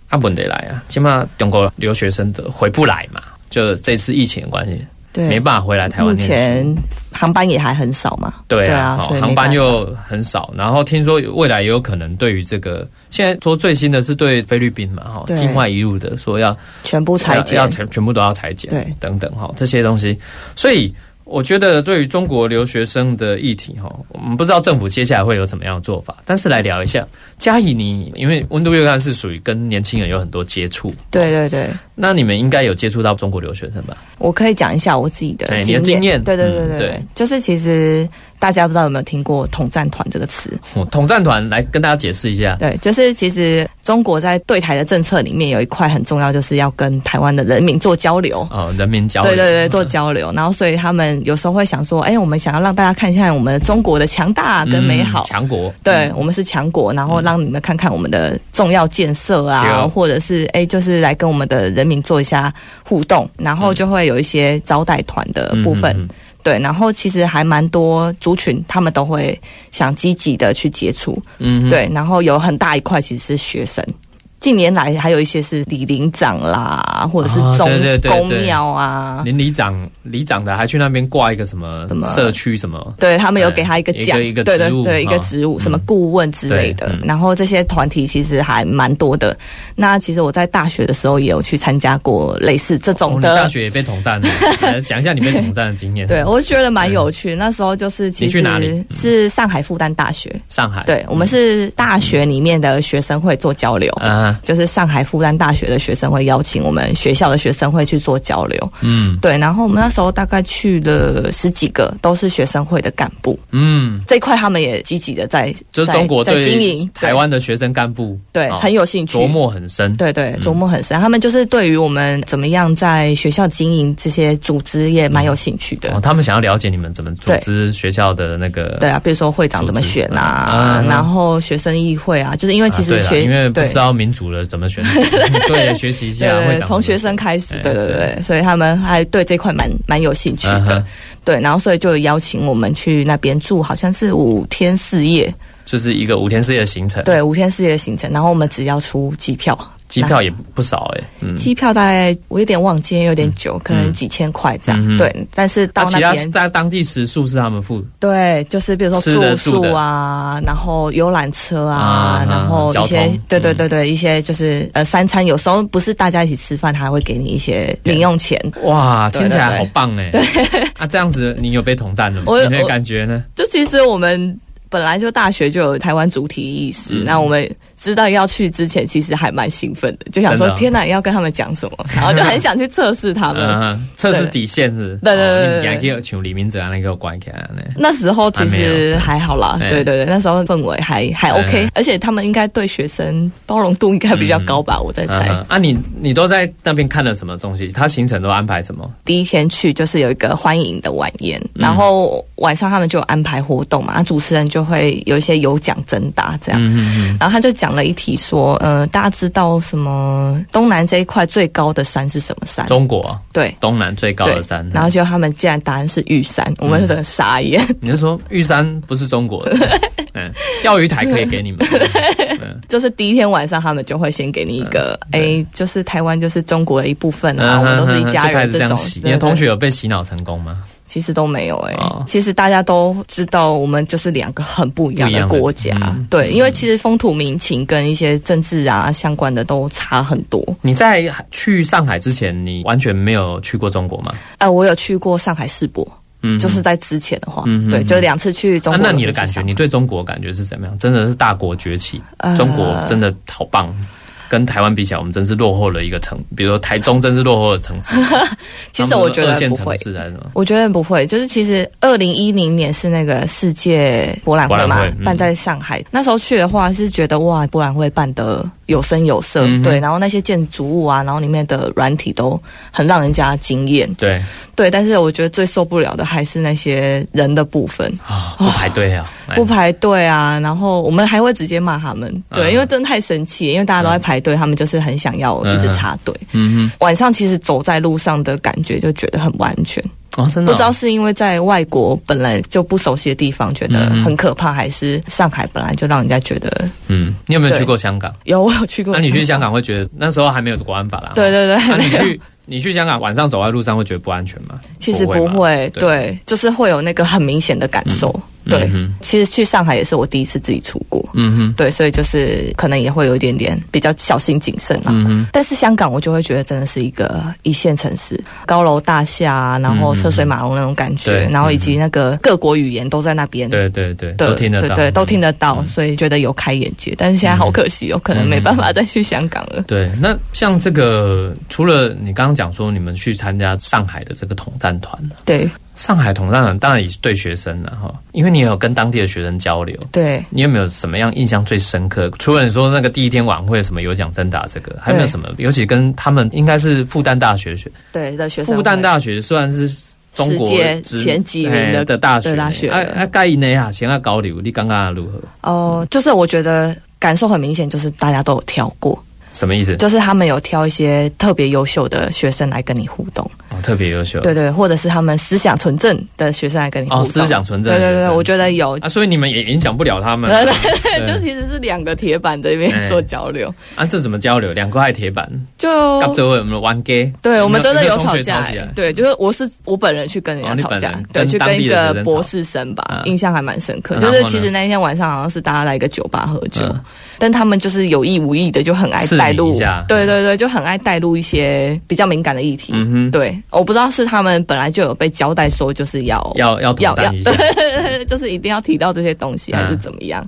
Speaker 2: 啊，问题来啊，起码中国留学生的回不来嘛，就这次疫情的关系，
Speaker 3: 对
Speaker 2: 没办法回来台
Speaker 3: 目
Speaker 2: 湾念书。
Speaker 3: 前航班也还很少嘛，
Speaker 2: 对
Speaker 3: 啊，
Speaker 2: 好
Speaker 3: 所以
Speaker 2: 航
Speaker 3: 没办
Speaker 2: 班
Speaker 3: 法
Speaker 2: 又很少，然后听说未来也有可能对于这个，现在说最新的是对菲律宾嘛，哈，
Speaker 3: 对
Speaker 2: 境外一路的说要
Speaker 3: 全部裁
Speaker 2: 要
Speaker 3: 减
Speaker 2: 要，全全部都要裁减，
Speaker 3: 对，
Speaker 2: 等等哈，这些东西，所以我觉得对于中国留学生的议题哈，我们不知道政府接下来会有什么样的做法，但是来聊一下，嘉义你因为温度月刊是属于跟年轻人有很多接触，
Speaker 3: 对对对。
Speaker 2: 那你们应该有接触到中国留学生吧？
Speaker 3: 我可以讲一下我自己的
Speaker 2: 哎
Speaker 3: 经
Speaker 2: 你的
Speaker 3: 验，
Speaker 2: 经验
Speaker 3: 对对对
Speaker 2: 嗯
Speaker 3: 对对，
Speaker 2: 对
Speaker 3: 就是其实大家不知道有没有听过统战团这个词？
Speaker 2: 哦统战团来跟大家解释一下，
Speaker 3: 对，就是其实中国在对台的政策里面有一块很重要，就是要跟台湾的人民做交流。
Speaker 2: 哦，人民交流，
Speaker 3: 对对对，做交流，然后所以他们有时候会想说，哎、我们想要让大家看一下我们中国的强大跟美好
Speaker 2: 嗯，强国，
Speaker 3: 对我们是强国，然后让你们看看我们的重要建设
Speaker 2: 对
Speaker 3: 啊，
Speaker 2: 哦
Speaker 3: 或者是哎，就是来跟我们的人民做一下互动，然后就会有一些招待团的部分，
Speaker 2: 嗯嗯嗯
Speaker 3: 对，然后其实还蛮多族群，他们都会想积极的去接触，
Speaker 2: 嗯哼，
Speaker 3: 对，然后有很大一块其实是学生。近年来还有一些是李林长啦，或者是
Speaker 2: 啊
Speaker 3: 宗、
Speaker 2: 对对对
Speaker 3: 公
Speaker 2: 对
Speaker 3: 庙啊，
Speaker 2: 连里长里长的还去那边挂一个什么
Speaker 3: 什么
Speaker 2: 社区什么，
Speaker 3: 对他们有
Speaker 2: 哎
Speaker 3: 给他一个
Speaker 2: 一个
Speaker 3: 奖，
Speaker 2: 一个
Speaker 3: 对
Speaker 2: 职
Speaker 3: 对
Speaker 2: 务
Speaker 3: 对，一
Speaker 2: 啊
Speaker 3: 个职务，什么
Speaker 2: 嗯
Speaker 3: 顾问之类的
Speaker 2: 对嗯。
Speaker 3: 然后这些团体其实还蛮多的。那其实我在大学的时候也有去参加过类似这
Speaker 2: 哦
Speaker 3: 种
Speaker 2: 你
Speaker 3: 的，
Speaker 2: 大学也被统战了， 来讲一下你被统战的经验。
Speaker 3: 对我就觉得蛮有趣。那时候就是其
Speaker 2: 你去哪里嗯哎
Speaker 3: 实是上海复旦大学，
Speaker 2: 上海，
Speaker 3: 对我们是大学里面的学生会做交流。
Speaker 2: 啊，
Speaker 3: 就是上海复旦大学的学生会邀请我们学校的学生会去做交流，
Speaker 2: 嗯
Speaker 3: 对，然后我们那时候大概去了十几个，都是学生会的干部，
Speaker 2: 嗯，
Speaker 3: 这一块他们也积极的在，
Speaker 2: 就是中国
Speaker 3: 在在经营
Speaker 2: 对台湾的学生干部
Speaker 3: 对
Speaker 2: 哦
Speaker 3: 很有兴趣，
Speaker 2: 琢磨很深，
Speaker 3: 对对琢磨很深。他们就是对于我们怎么样在学校经营这些组织也蛮有兴趣的。
Speaker 2: 哦，他们想要了解你们怎么组织学校的那个，
Speaker 3: 对啊，比如说会长怎么选啊
Speaker 2: 组织，嗯
Speaker 3: 然后学生议会啊，就是因为
Speaker 2: 啊，
Speaker 3: 其实
Speaker 2: 对啦
Speaker 3: 学、
Speaker 2: 因为不
Speaker 3: 对
Speaker 2: 知道民主了怎么选 举，所以也学习一
Speaker 3: 对
Speaker 2: 下，会
Speaker 3: 对，
Speaker 2: 长
Speaker 3: 对从学生开
Speaker 2: 哎
Speaker 3: 始，对对
Speaker 2: 对
Speaker 3: 对，所以他们还对这块蛮蛮有兴趣
Speaker 2: 怎么选，
Speaker 3: 的
Speaker 2: 啊，哈
Speaker 3: 对，然后所以就邀请我们去那边住，好像是五天四夜，
Speaker 2: 就是一个五天四夜的行程，，
Speaker 3: 对，五天四夜的行程，然后我们只要出机票，
Speaker 2: 机票也不少哎，嗯，
Speaker 3: 机票大概我有点忘记，因为有点久，可能几千块这样。
Speaker 2: 嗯哼
Speaker 3: 对，但是
Speaker 2: 那
Speaker 3: 到
Speaker 2: 其
Speaker 3: 那
Speaker 2: 他
Speaker 3: 边，
Speaker 2: 在当地食宿是他们付，
Speaker 3: 对，就是比如说
Speaker 2: 吃的
Speaker 3: 住
Speaker 2: 住的
Speaker 3: 宿啊，然后游览车
Speaker 2: 啊
Speaker 3: 啊，然后一
Speaker 2: 交
Speaker 3: 些
Speaker 2: 通，
Speaker 3: 对对
Speaker 2: 嗯
Speaker 3: 对对，一些就是呃三餐，有时候不是大家一起吃饭，他还会给你一些零用钱，
Speaker 2: 哇，
Speaker 3: 对
Speaker 2: 听起来
Speaker 3: 对
Speaker 2: 好
Speaker 3: 对
Speaker 2: 棒哎！啊，这样子你有被统战了吗？
Speaker 3: 我
Speaker 2: 你的
Speaker 3: 我
Speaker 2: 感觉呢？
Speaker 3: 就其实我们本来就大学就有台湾主体意识，
Speaker 2: 嗯
Speaker 3: 那我们知道要去之前，其实还蛮兴奋的，就想说、
Speaker 2: 真的啊
Speaker 3: 天哪，要跟他们讲什么，然后就很想去测试 他们。
Speaker 2: 嗯，测试底线是不是，
Speaker 3: 对对对对
Speaker 2: 哦
Speaker 3: 对
Speaker 2: 你还像李明哲那个关起来呢。
Speaker 3: 那时候其实还好啦，
Speaker 2: 哎
Speaker 3: 对对对，那时候氛围还还 OK，、
Speaker 2: 嗯
Speaker 3: 而且他们应该对学生包容度应该比较高吧，我在
Speaker 2: 嗯
Speaker 3: 猜。
Speaker 2: 哼啊，你你都在那边看了什么东西？他行程都安排什么？
Speaker 3: 第一天去就是有一个欢迎的晚宴，
Speaker 2: 嗯
Speaker 3: 然后晚上他们就有安排活动嘛，啊主持人就会有一些有奖征答这样，
Speaker 2: 嗯
Speaker 3: 然后他就讲了一题说，呃，大家知道什么东南这一块最高的山是什么山？
Speaker 2: 中国
Speaker 3: 对。
Speaker 2: 东南最高
Speaker 3: 对
Speaker 2: 的山，，嗯
Speaker 3: 然后结果他们竟然答案是玉山，我们真的傻眼。
Speaker 2: 你是说玉山不是中国 的？嗯，钓鱼台可以给你们。
Speaker 3: 就是第一天晚上，他们就会先给你一个，
Speaker 2: 嗯
Speaker 3: 哎、就是台湾就是中国的一部分啊，我们都是一
Speaker 2: 哼
Speaker 3: 家
Speaker 2: 嗯就开
Speaker 3: 人
Speaker 2: 始这样
Speaker 3: 种
Speaker 2: 洗。。
Speaker 3: 对
Speaker 2: 你的同
Speaker 3: 对
Speaker 2: 学有被洗脑成功吗？
Speaker 3: 其实都没有哎、
Speaker 2: 哦
Speaker 3: 其实大家都知道，我们就是两个很不一样的国家，
Speaker 2: 不一样的嗯
Speaker 3: 对，因为其实风土民情跟一些政治啊相关的都差很多。
Speaker 2: 你在去上海之前，你完全没有去过中国吗？
Speaker 3: 呃，我有去过上海世博，
Speaker 2: 嗯哼，
Speaker 3: 就是在之前的话，
Speaker 2: 嗯哼
Speaker 3: 对，就两次去中
Speaker 2: 啊、
Speaker 3: 国、
Speaker 2: 那你的感觉，你对中国感觉是怎么样？真的是大国崛起，
Speaker 3: 呃
Speaker 2: 中国真的好棒。跟台湾比起来，我们真是落后了一个城，比如说台中真是落后的城市。
Speaker 3: 其实我觉
Speaker 2: 他们
Speaker 3: 得
Speaker 2: 二线
Speaker 3: 不
Speaker 2: 城
Speaker 3: 会。
Speaker 2: 市还是什么？
Speaker 3: 我觉得不会，就是其实二零一零年是那个世界博览会
Speaker 2: 博
Speaker 3: 嘛
Speaker 2: 览会，嗯
Speaker 3: 办在上海。那时候去的话是觉得哇，博览会办得有声有色，
Speaker 2: 嗯哼
Speaker 3: 对，然后那些建筑物啊，然后里面的软体都很让人家惊艳。
Speaker 2: 对
Speaker 3: 对，但是我觉得最受不了的还是那些人的部分，
Speaker 2: 啊，不排队 啊，哎
Speaker 3: 不排队啊，然后我们还会直接骂他们，
Speaker 2: 嗯
Speaker 3: 对，因为真的太生气，因为大家都在排队，他们就是很想要一直插队。
Speaker 2: 嗯
Speaker 3: 晚上其实走在路上的感觉就觉得很不安全，
Speaker 2: 哼，哦，真
Speaker 3: 不
Speaker 2: 的哦、
Speaker 3: 知道是因为在外国本来就不熟悉的地方觉得
Speaker 2: 嗯
Speaker 3: 很可怕，还是上海本来就让人家觉得
Speaker 2: 嗯，你有没有去
Speaker 3: 对
Speaker 2: 过香港？
Speaker 3: 有我有去过。
Speaker 2: 那、你去香？港会觉得那时候还没有国安法啦。
Speaker 3: 对对对
Speaker 2: 那、
Speaker 3: 还
Speaker 2: 啊你
Speaker 3: 没有
Speaker 2: 去 你去香港晚上走在路上会觉得不安全吗？
Speaker 3: 其实不
Speaker 2: 嘛
Speaker 3: 会，对，，就是会有那个很明显的感受。对，其实去上海也是我第一次自己出国，
Speaker 2: 嗯哼，
Speaker 3: 对，所以就是可能也会有一点点比较小心谨慎
Speaker 2: 嗯
Speaker 3: 啦。但是香港我就会觉得真的是一个一线城市，高楼大厦啊，然后车水马龙那种感
Speaker 2: 嗯
Speaker 3: 觉，
Speaker 2: 对嗯
Speaker 3: 然后以及那个各国语言都在那边，
Speaker 2: 对对对，
Speaker 3: 对，
Speaker 2: 都听得到，嗯
Speaker 3: 对对，都听
Speaker 2: 得。
Speaker 3: 得到，所以觉得有开眼界。但是现在好可惜哦，可能没办法再去香港了。
Speaker 2: 对，那像这个，除了你刚刚讲说你们去参加上海的这个统战团，啊
Speaker 3: 对
Speaker 2: 上海统战团当然也是对学生了哈，因为你也有跟当地的学生交流，
Speaker 3: 对，
Speaker 2: 你有没有什么样印象最深刻？除了你说那个第一天晚会什么有奖征答这个，还有没有什么？尤其跟他们应该是复旦大学学，
Speaker 3: 对的学生会，
Speaker 2: 复旦大学虽然是中国
Speaker 3: 世界
Speaker 2: 之
Speaker 3: 前几名
Speaker 2: 嘿
Speaker 3: 的
Speaker 2: 的大
Speaker 3: 的
Speaker 2: 学，
Speaker 3: 大学
Speaker 2: 哎哎，盖伊内啊，先要搞流，你刚刚如何？
Speaker 3: 哦、就是我觉得感受很明显，就是大家都有挑过，
Speaker 2: 什么意思？
Speaker 3: 就是他们有挑一些特别优秀的学生来跟你互动，
Speaker 2: 哦，特别优秀，
Speaker 3: 对对，或者是他们思想纯正的学生来跟你互动，
Speaker 2: 哦思想纯正的
Speaker 3: 对对
Speaker 2: 学
Speaker 3: 对，
Speaker 2: 生
Speaker 3: 我觉得有。
Speaker 2: 啊，所以你们也影响不了他 们
Speaker 3: 对对对，
Speaker 2: 对
Speaker 3: 就其实是两个铁板这边
Speaker 2: 哎
Speaker 3: 做交流，
Speaker 2: 啊，这怎么交流？两块铁板，
Speaker 3: 就
Speaker 2: 到最后我们玩 gay，
Speaker 3: 哦对我们真的
Speaker 2: 有
Speaker 3: 有
Speaker 2: 没
Speaker 3: 吵
Speaker 2: 同学
Speaker 3: 架
Speaker 2: 起来，
Speaker 3: 对，就是我是我本人去跟人
Speaker 2: 哦
Speaker 3: 家
Speaker 2: 你
Speaker 3: 吵
Speaker 2: 本
Speaker 3: 架
Speaker 2: 人，
Speaker 3: 对，
Speaker 2: 跟
Speaker 3: 去
Speaker 2: 当
Speaker 3: 跟一
Speaker 2: 地的
Speaker 3: 个
Speaker 2: 学生吵
Speaker 3: 博士生吧
Speaker 2: 嗯，
Speaker 3: 印象还蛮深刻。
Speaker 2: 然后
Speaker 3: 就
Speaker 2: 呢
Speaker 3: 是其实那一天晚上好像是大家在一个酒吧喝酒
Speaker 2: 嗯，
Speaker 3: 但他们就是有意无意的就很爱
Speaker 2: 刺你
Speaker 3: 带
Speaker 2: 一
Speaker 3: 入
Speaker 2: 下，
Speaker 3: 对对对，就很爱带入一些比较敏感的议题
Speaker 2: 嗯哼。
Speaker 3: 对，我不知道是他们本来就有被交代说就是要
Speaker 2: 要要统战一下，
Speaker 3: 就是一定要提到这些东西，
Speaker 2: 嗯
Speaker 3: 还是怎么样？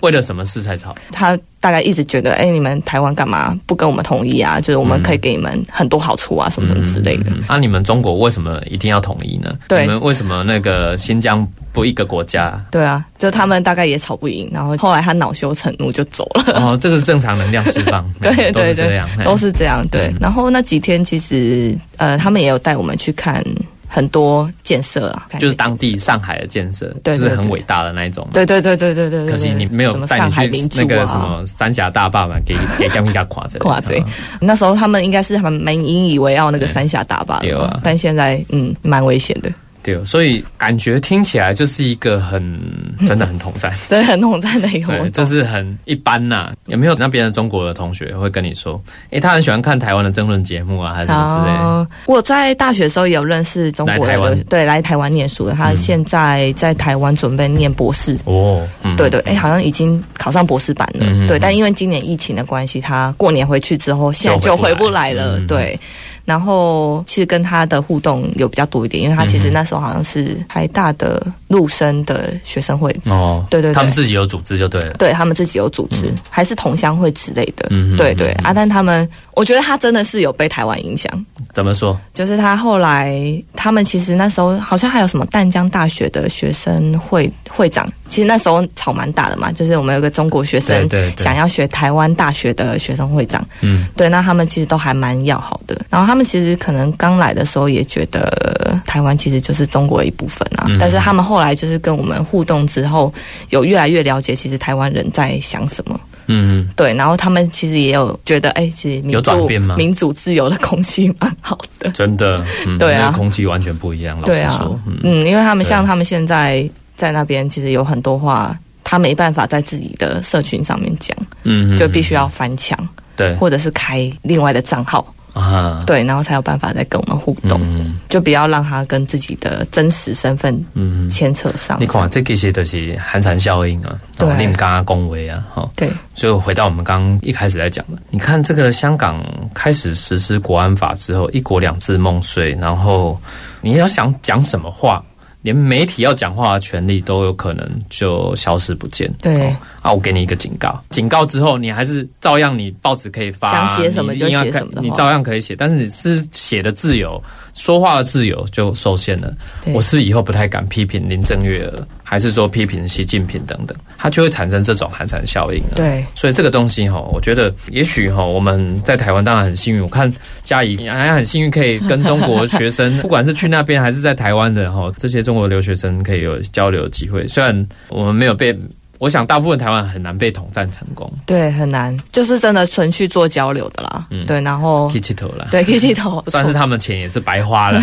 Speaker 2: 为了什么事才吵？
Speaker 3: 他大概一直觉得，哎、你们台湾干嘛不跟我们统一啊？就是我们可以给你们很多好处啊，什么什么之类的。
Speaker 2: 嗯啊，你们中国为什么一定要统一呢？
Speaker 3: 对
Speaker 2: 你们为什么那个新疆不一个国 家？
Speaker 3: 对啊，就他们大概也吵不赢，然后后来他恼羞成怒就走 了。
Speaker 2: 哦，这个是正常能量释放，
Speaker 3: 对
Speaker 2: 嗯都
Speaker 3: 对
Speaker 2: 是这
Speaker 3: 对
Speaker 2: 样，，嘿嗯
Speaker 3: 都是这样。对，然后那几天其实呃，他们也有带我们去看很多建设啊 啦，
Speaker 2: 就是当地上海的建设，
Speaker 3: 对对
Speaker 2: 就是很
Speaker 3: 对
Speaker 2: 伟大的那一种嘛。啊
Speaker 3: 对对对对对对对。
Speaker 2: 可惜你没有
Speaker 3: 什么
Speaker 2: 带
Speaker 3: 上
Speaker 2: 你
Speaker 3: 海
Speaker 2: 去
Speaker 3: 民
Speaker 2: 那
Speaker 3: 族
Speaker 2: 个什
Speaker 3: 啊。
Speaker 2: 么三峡大坝嘛，给给江米卡垮着，
Speaker 3: 夸张，那时候他们应该是还蛮引以为傲那个三峡大坝
Speaker 2: 对
Speaker 3: 的嘛，
Speaker 2: 啊
Speaker 3: 但现在嗯蛮危险的，
Speaker 2: 对，所以感觉听起来就是一个很真的很统战，
Speaker 3: 对，很统战的一个活
Speaker 2: 对，
Speaker 3: 动。
Speaker 2: 就是很一般呐、有没有那边的中国的同学会跟你说，诶，他很喜欢看台湾的争论节目啊，还是什么之类的？
Speaker 3: 哦，我在大学的时候也有认识中国
Speaker 2: 来台
Speaker 3: 人
Speaker 2: 湾
Speaker 3: 的，对，来台湾念书的，他现在在台湾准备念博士。
Speaker 2: 哦，嗯
Speaker 3: 对对，哎，好像已经考上博士班了。
Speaker 2: 嗯嗯嗯
Speaker 3: 对，但因为今年疫情的关系，他过年回去之后，现在就回
Speaker 2: 就回
Speaker 3: 不来
Speaker 2: 不来
Speaker 3: 了。
Speaker 2: 嗯嗯
Speaker 3: 对，然后其实跟他的互动有比较多一点，因为他其实那时候好像是台大的陆生的学生会，
Speaker 2: 哦，
Speaker 3: 对对对
Speaker 2: 他们自己有组织就对了。
Speaker 3: 对他们自己有组织，还是同乡会之类的。
Speaker 2: 嗯嗯嗯嗯
Speaker 3: 对对
Speaker 2: 嗯
Speaker 3: 啊，但他们，我觉得他真的是有被台湾影响。
Speaker 2: 怎么说？
Speaker 3: 就是他后来，他们其实那时候好像还有什么淡江大学的学生会会长，其实那时候吵蛮大的嘛。就是我们有个中国学生
Speaker 2: 对对对
Speaker 3: 想要学台湾大学的学生会长，
Speaker 2: 嗯，
Speaker 3: 对，那他们其实都还蛮要好的。然后他们其实可能刚来的时候也觉得呃台湾其实就是中国的一部分啊，
Speaker 2: 嗯
Speaker 3: 但是他们后来就是跟我们互动之后，有越来越了解其实台湾人在想什么。
Speaker 2: 嗯，
Speaker 3: 对，然后他们其实也有觉得，哎、其实民
Speaker 2: 有转
Speaker 3: 主
Speaker 2: 变吗
Speaker 3: 民主自由的空气蛮好的。
Speaker 2: 真的，嗯、
Speaker 3: 对啊
Speaker 2: 那个空气完全不一样。老
Speaker 3: 对
Speaker 2: 实
Speaker 3: 啊
Speaker 2: 说，，嗯，
Speaker 3: 嗯，因为他们
Speaker 2: 对
Speaker 3: 像他们现在在那边，其实有很多话他没办法在自己的社群上面讲，
Speaker 2: 嗯
Speaker 3: 就必须
Speaker 2: 要
Speaker 3: 要翻墙
Speaker 2: 对
Speaker 3: 或者是开另外的账号，
Speaker 2: 啊，
Speaker 3: 对，然后才有办法再跟我们互动，
Speaker 2: 嗯
Speaker 3: 就不要让他跟自己的真实身份
Speaker 2: 嗯。
Speaker 3: 牵扯上
Speaker 2: 你。看，这其实就是寒蝉效应啊，
Speaker 3: 对
Speaker 2: 哦你们刚刚恭维啊，哈、
Speaker 3: 对
Speaker 2: 所以回到我们刚刚一开始在讲的，你看这个香港开始实施国安法之后，一国两制梦碎，然后你要想讲什么话，连媒体要讲话的权利都有可能就消失不见。
Speaker 3: 对
Speaker 2: 哦啊，我给你一个警告，警告之后你还是照样，你报纸可以发，
Speaker 3: 想写什么就
Speaker 2: 你一定要
Speaker 3: 写什
Speaker 2: 看
Speaker 3: 么的话
Speaker 2: 你照样可以写，但是你是写的自由，说话的自由就受限了。
Speaker 3: 对
Speaker 2: 我是以后不太敢批评林郑月娥，还是说批评习近平等等，它就会产生这种寒蝉效应了。
Speaker 3: 对
Speaker 2: 所以这个东西哈，我觉得也许哈，我们在台湾当然很幸运，我看嘉怡还很幸运可以跟中国学生，不管是去那边还是在台湾的哈，这些中国留学生可以有交流的机会。虽然我们没有被，我想大部分台湾很难被统战成功，
Speaker 3: 对，很难，就是真的纯去做交流的啦。
Speaker 2: 嗯
Speaker 3: 对，然后
Speaker 2: 踢起头了。
Speaker 3: 对，可以头，
Speaker 2: 算是他们钱也是白花了，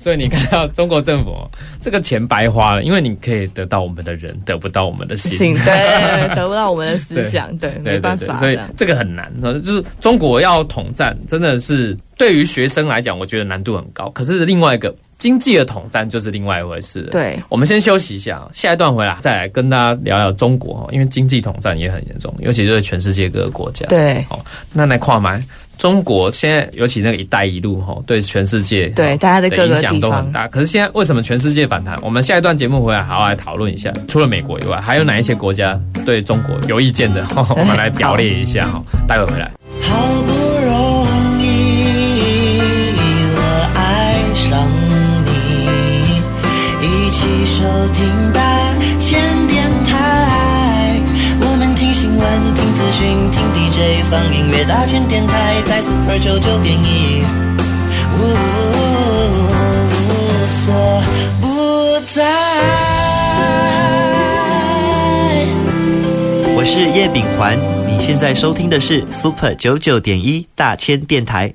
Speaker 2: 所以你看到中国政府哦这个钱白花了，因为你可以得到我们的人，得不到我们的
Speaker 3: 行，
Speaker 2: 心。
Speaker 3: 对，得不到我们的思想，对，没
Speaker 2: 对
Speaker 3: 办
Speaker 2: 对对
Speaker 3: 法，，
Speaker 2: 所
Speaker 3: 这
Speaker 2: 以
Speaker 3: 样
Speaker 2: 这个很难。哦就是中国要统战，真的是对于学生来讲，我觉得难度很高。可是另外一个经济的统战就是另外一回事了。
Speaker 3: 对
Speaker 2: 我们先休息一下，下一段回来再来跟大家聊聊中国哈，因为经济统战也很严重，尤其是对全世界各个国家。，
Speaker 3: 对
Speaker 2: 那来跨买中国现在，尤其那个“一带一路”哈，对全世界哦
Speaker 3: 对，
Speaker 2: 齁
Speaker 3: 大家在各
Speaker 2: 的影
Speaker 3: 个
Speaker 2: 响
Speaker 3: 地
Speaker 2: 都很
Speaker 3: 方，
Speaker 2: 大。可是现在为什么全世界反弹？我们下一段节目回来好好来讨论一下，除了美国以外，还有哪一些国家对中国有意见的？ 齁我们来表列一下哈，齁待会回来。
Speaker 8: 好不容易我爱上你，一起收听吧千电台，我们听新闻、听资讯、听 DJ 放音乐，大千电台在 Super 九九点一，无所不在。
Speaker 5: 我是叶秉环，你现在收听的是 Super 九九点一大千电台。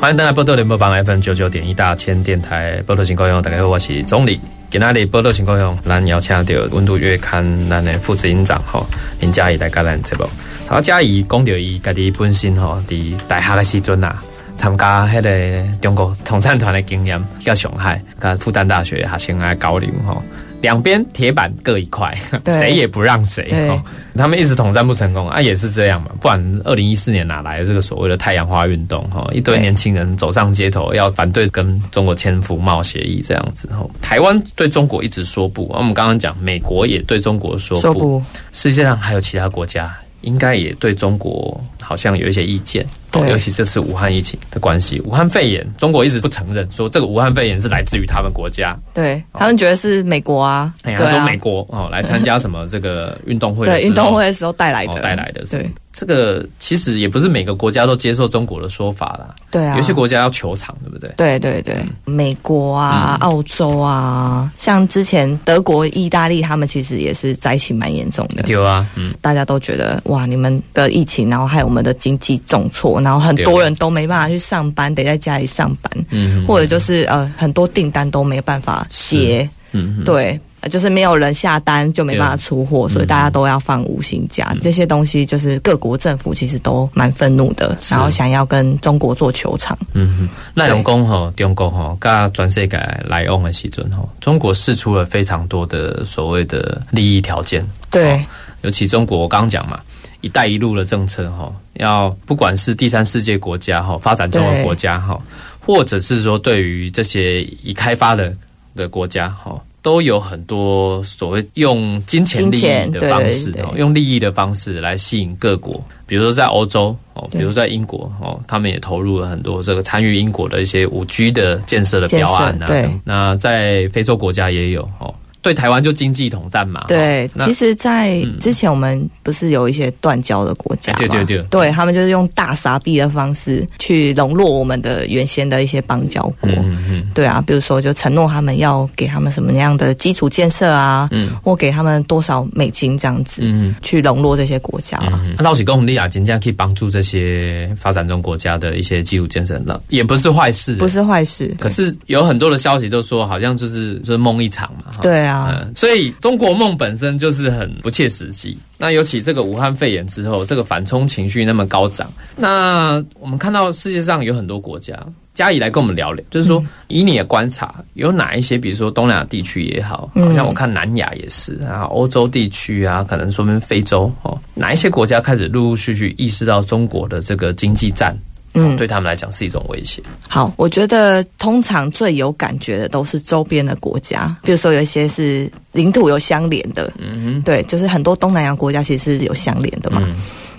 Speaker 2: 欢迎大家波多联播帮 FM 九九点一大千电台波多情况用，大家好，我是总理。今仔日波多情况用，咱邀请到《温度月刊》咱的副执行长吼林嘉怡来甲咱节目。好，嘉怡讲到伊家己本身吼，伫大学的时阵啊，参加迄个中国统战团的经验，到上海，甲复旦大学学生来交流吼。两边铁板各一块，
Speaker 3: 对
Speaker 2: 谁也不让谁。
Speaker 3: 对
Speaker 2: 吼他们一直统战不成功啊，也是这样嘛。不然，二零一四年哪来的这个所谓的太阳花运动？哦哈，一堆
Speaker 3: 对
Speaker 2: 年轻人走上街头，要反对跟中国签服贸协议这样子。哈，台湾对中国一直说不，啊我们刚刚讲美国也对中国说
Speaker 3: 说
Speaker 2: 不，
Speaker 3: 不，
Speaker 2: 世界上还有其他国家应该也对中国好像有一些意见。哦
Speaker 3: 对
Speaker 2: 尤其这次武汉疫情的关系，武汉肺炎，中国一直不承认说这个武汉肺炎是来自于他们国家，
Speaker 3: 对他们觉得是美国啊，
Speaker 2: 哦哎
Speaker 3: 对
Speaker 2: 呀，他说
Speaker 3: 啊
Speaker 2: 美，国哦来参加什么这个运动会的
Speaker 3: 对
Speaker 2: 时候
Speaker 3: 运动会的时候带来
Speaker 2: 哦
Speaker 3: 的，
Speaker 2: 带来的是
Speaker 3: 对
Speaker 2: 这个其实也不是每个国家都接受中国的说法啦，
Speaker 3: 对啊，
Speaker 2: 有些国嗯家要求偿，对不对？
Speaker 3: 对对对，美国啊、
Speaker 2: 嗯
Speaker 3: 澳洲啊，像之前德国、意大利，他们其实也是灾情蛮严重的。
Speaker 2: 有啊，嗯，
Speaker 3: 大家都觉得哇，你们的疫情，然后害我们的经济重挫，然后很多人都没办法去上班，得在家里上班，
Speaker 2: 嗯
Speaker 3: 或者就是呃，很多订单都没办法接，
Speaker 2: 嗯嗯，
Speaker 3: 对。呃就是没有人下单，就没办法出货，所以大家都要放无薪假。
Speaker 2: 嗯
Speaker 3: 这些东西就是各国政府其实都蛮愤怒的，然后想要跟中国做球场。
Speaker 2: 嗯哼，那用讲吼，中国吼，甲全世界来往的时阵吼，中国试出了非常多的所谓的利益条件，
Speaker 3: 对、
Speaker 2: 尤其中国，我刚刚讲嘛，“一带一路”的政策哈，要不管是第三世界国家哈，发展中的国家哈，或者是说对于这些已开发的的国家哈。都有很多所谓用金钱利
Speaker 3: 金
Speaker 2: 益
Speaker 3: 钱
Speaker 2: 的方式
Speaker 3: 对对
Speaker 2: 哦，用利益的方式来吸引各国，比如说在欧洲哦，比
Speaker 3: 对
Speaker 2: 如说在英国哦，他们也投入了很多这个参与英国的一些五 G 的建设的标案啊
Speaker 3: 建设对
Speaker 2: 等。那在非洲国家也有哦，对台湾就经济统战嘛。
Speaker 3: 对
Speaker 2: 哦，那嗯
Speaker 3: 其实，在之前我们不是有一些断交的国家
Speaker 2: 哎
Speaker 3: 嘛、
Speaker 2: 对对对
Speaker 3: 他们就是用大撒币的方式去笼络我们的原先的一些邦交国。
Speaker 2: 嗯嗯。
Speaker 3: 对啊，比如说就承诺他们要给他们什么样的基础建设啊，
Speaker 2: 嗯
Speaker 3: 或给他们多少美金这样子，
Speaker 2: 嗯
Speaker 3: 去笼络这些国家、啊。
Speaker 2: 啊，老实讲，利亚真正可以帮助这些发展中国家的一些基础建设，那也不是坏事。
Speaker 3: 不，是坏事。
Speaker 2: 可是有很多的消息都说，好像就是就是梦一场嘛。哈，
Speaker 3: 对啊，
Speaker 2: 嗯，所以中国梦本身就是很不切实际。那尤其这个武汉肺炎之后，这个反冲情绪那么高涨，那我们看到世界上有很多国家。嘉怡来跟我们聊聊，就是说，
Speaker 3: 嗯
Speaker 2: 以你的观察，有哪一些，比如说东南亚地区也好，
Speaker 3: 嗯
Speaker 2: 好像我看南亚也是啊，欧洲地区啊，可能说明非洲哦，哪一些国家开始陆陆续续意识到中国的这个经济战，嗯，
Speaker 3: 嗯
Speaker 2: 对他们来讲是一种威胁，
Speaker 3: 好，我觉得通常最有感觉的都是周边的国家，比如说有一些是领土有相连的，
Speaker 2: 嗯嗯
Speaker 3: 对，就是很多东南亚国家其实是有相连的嘛。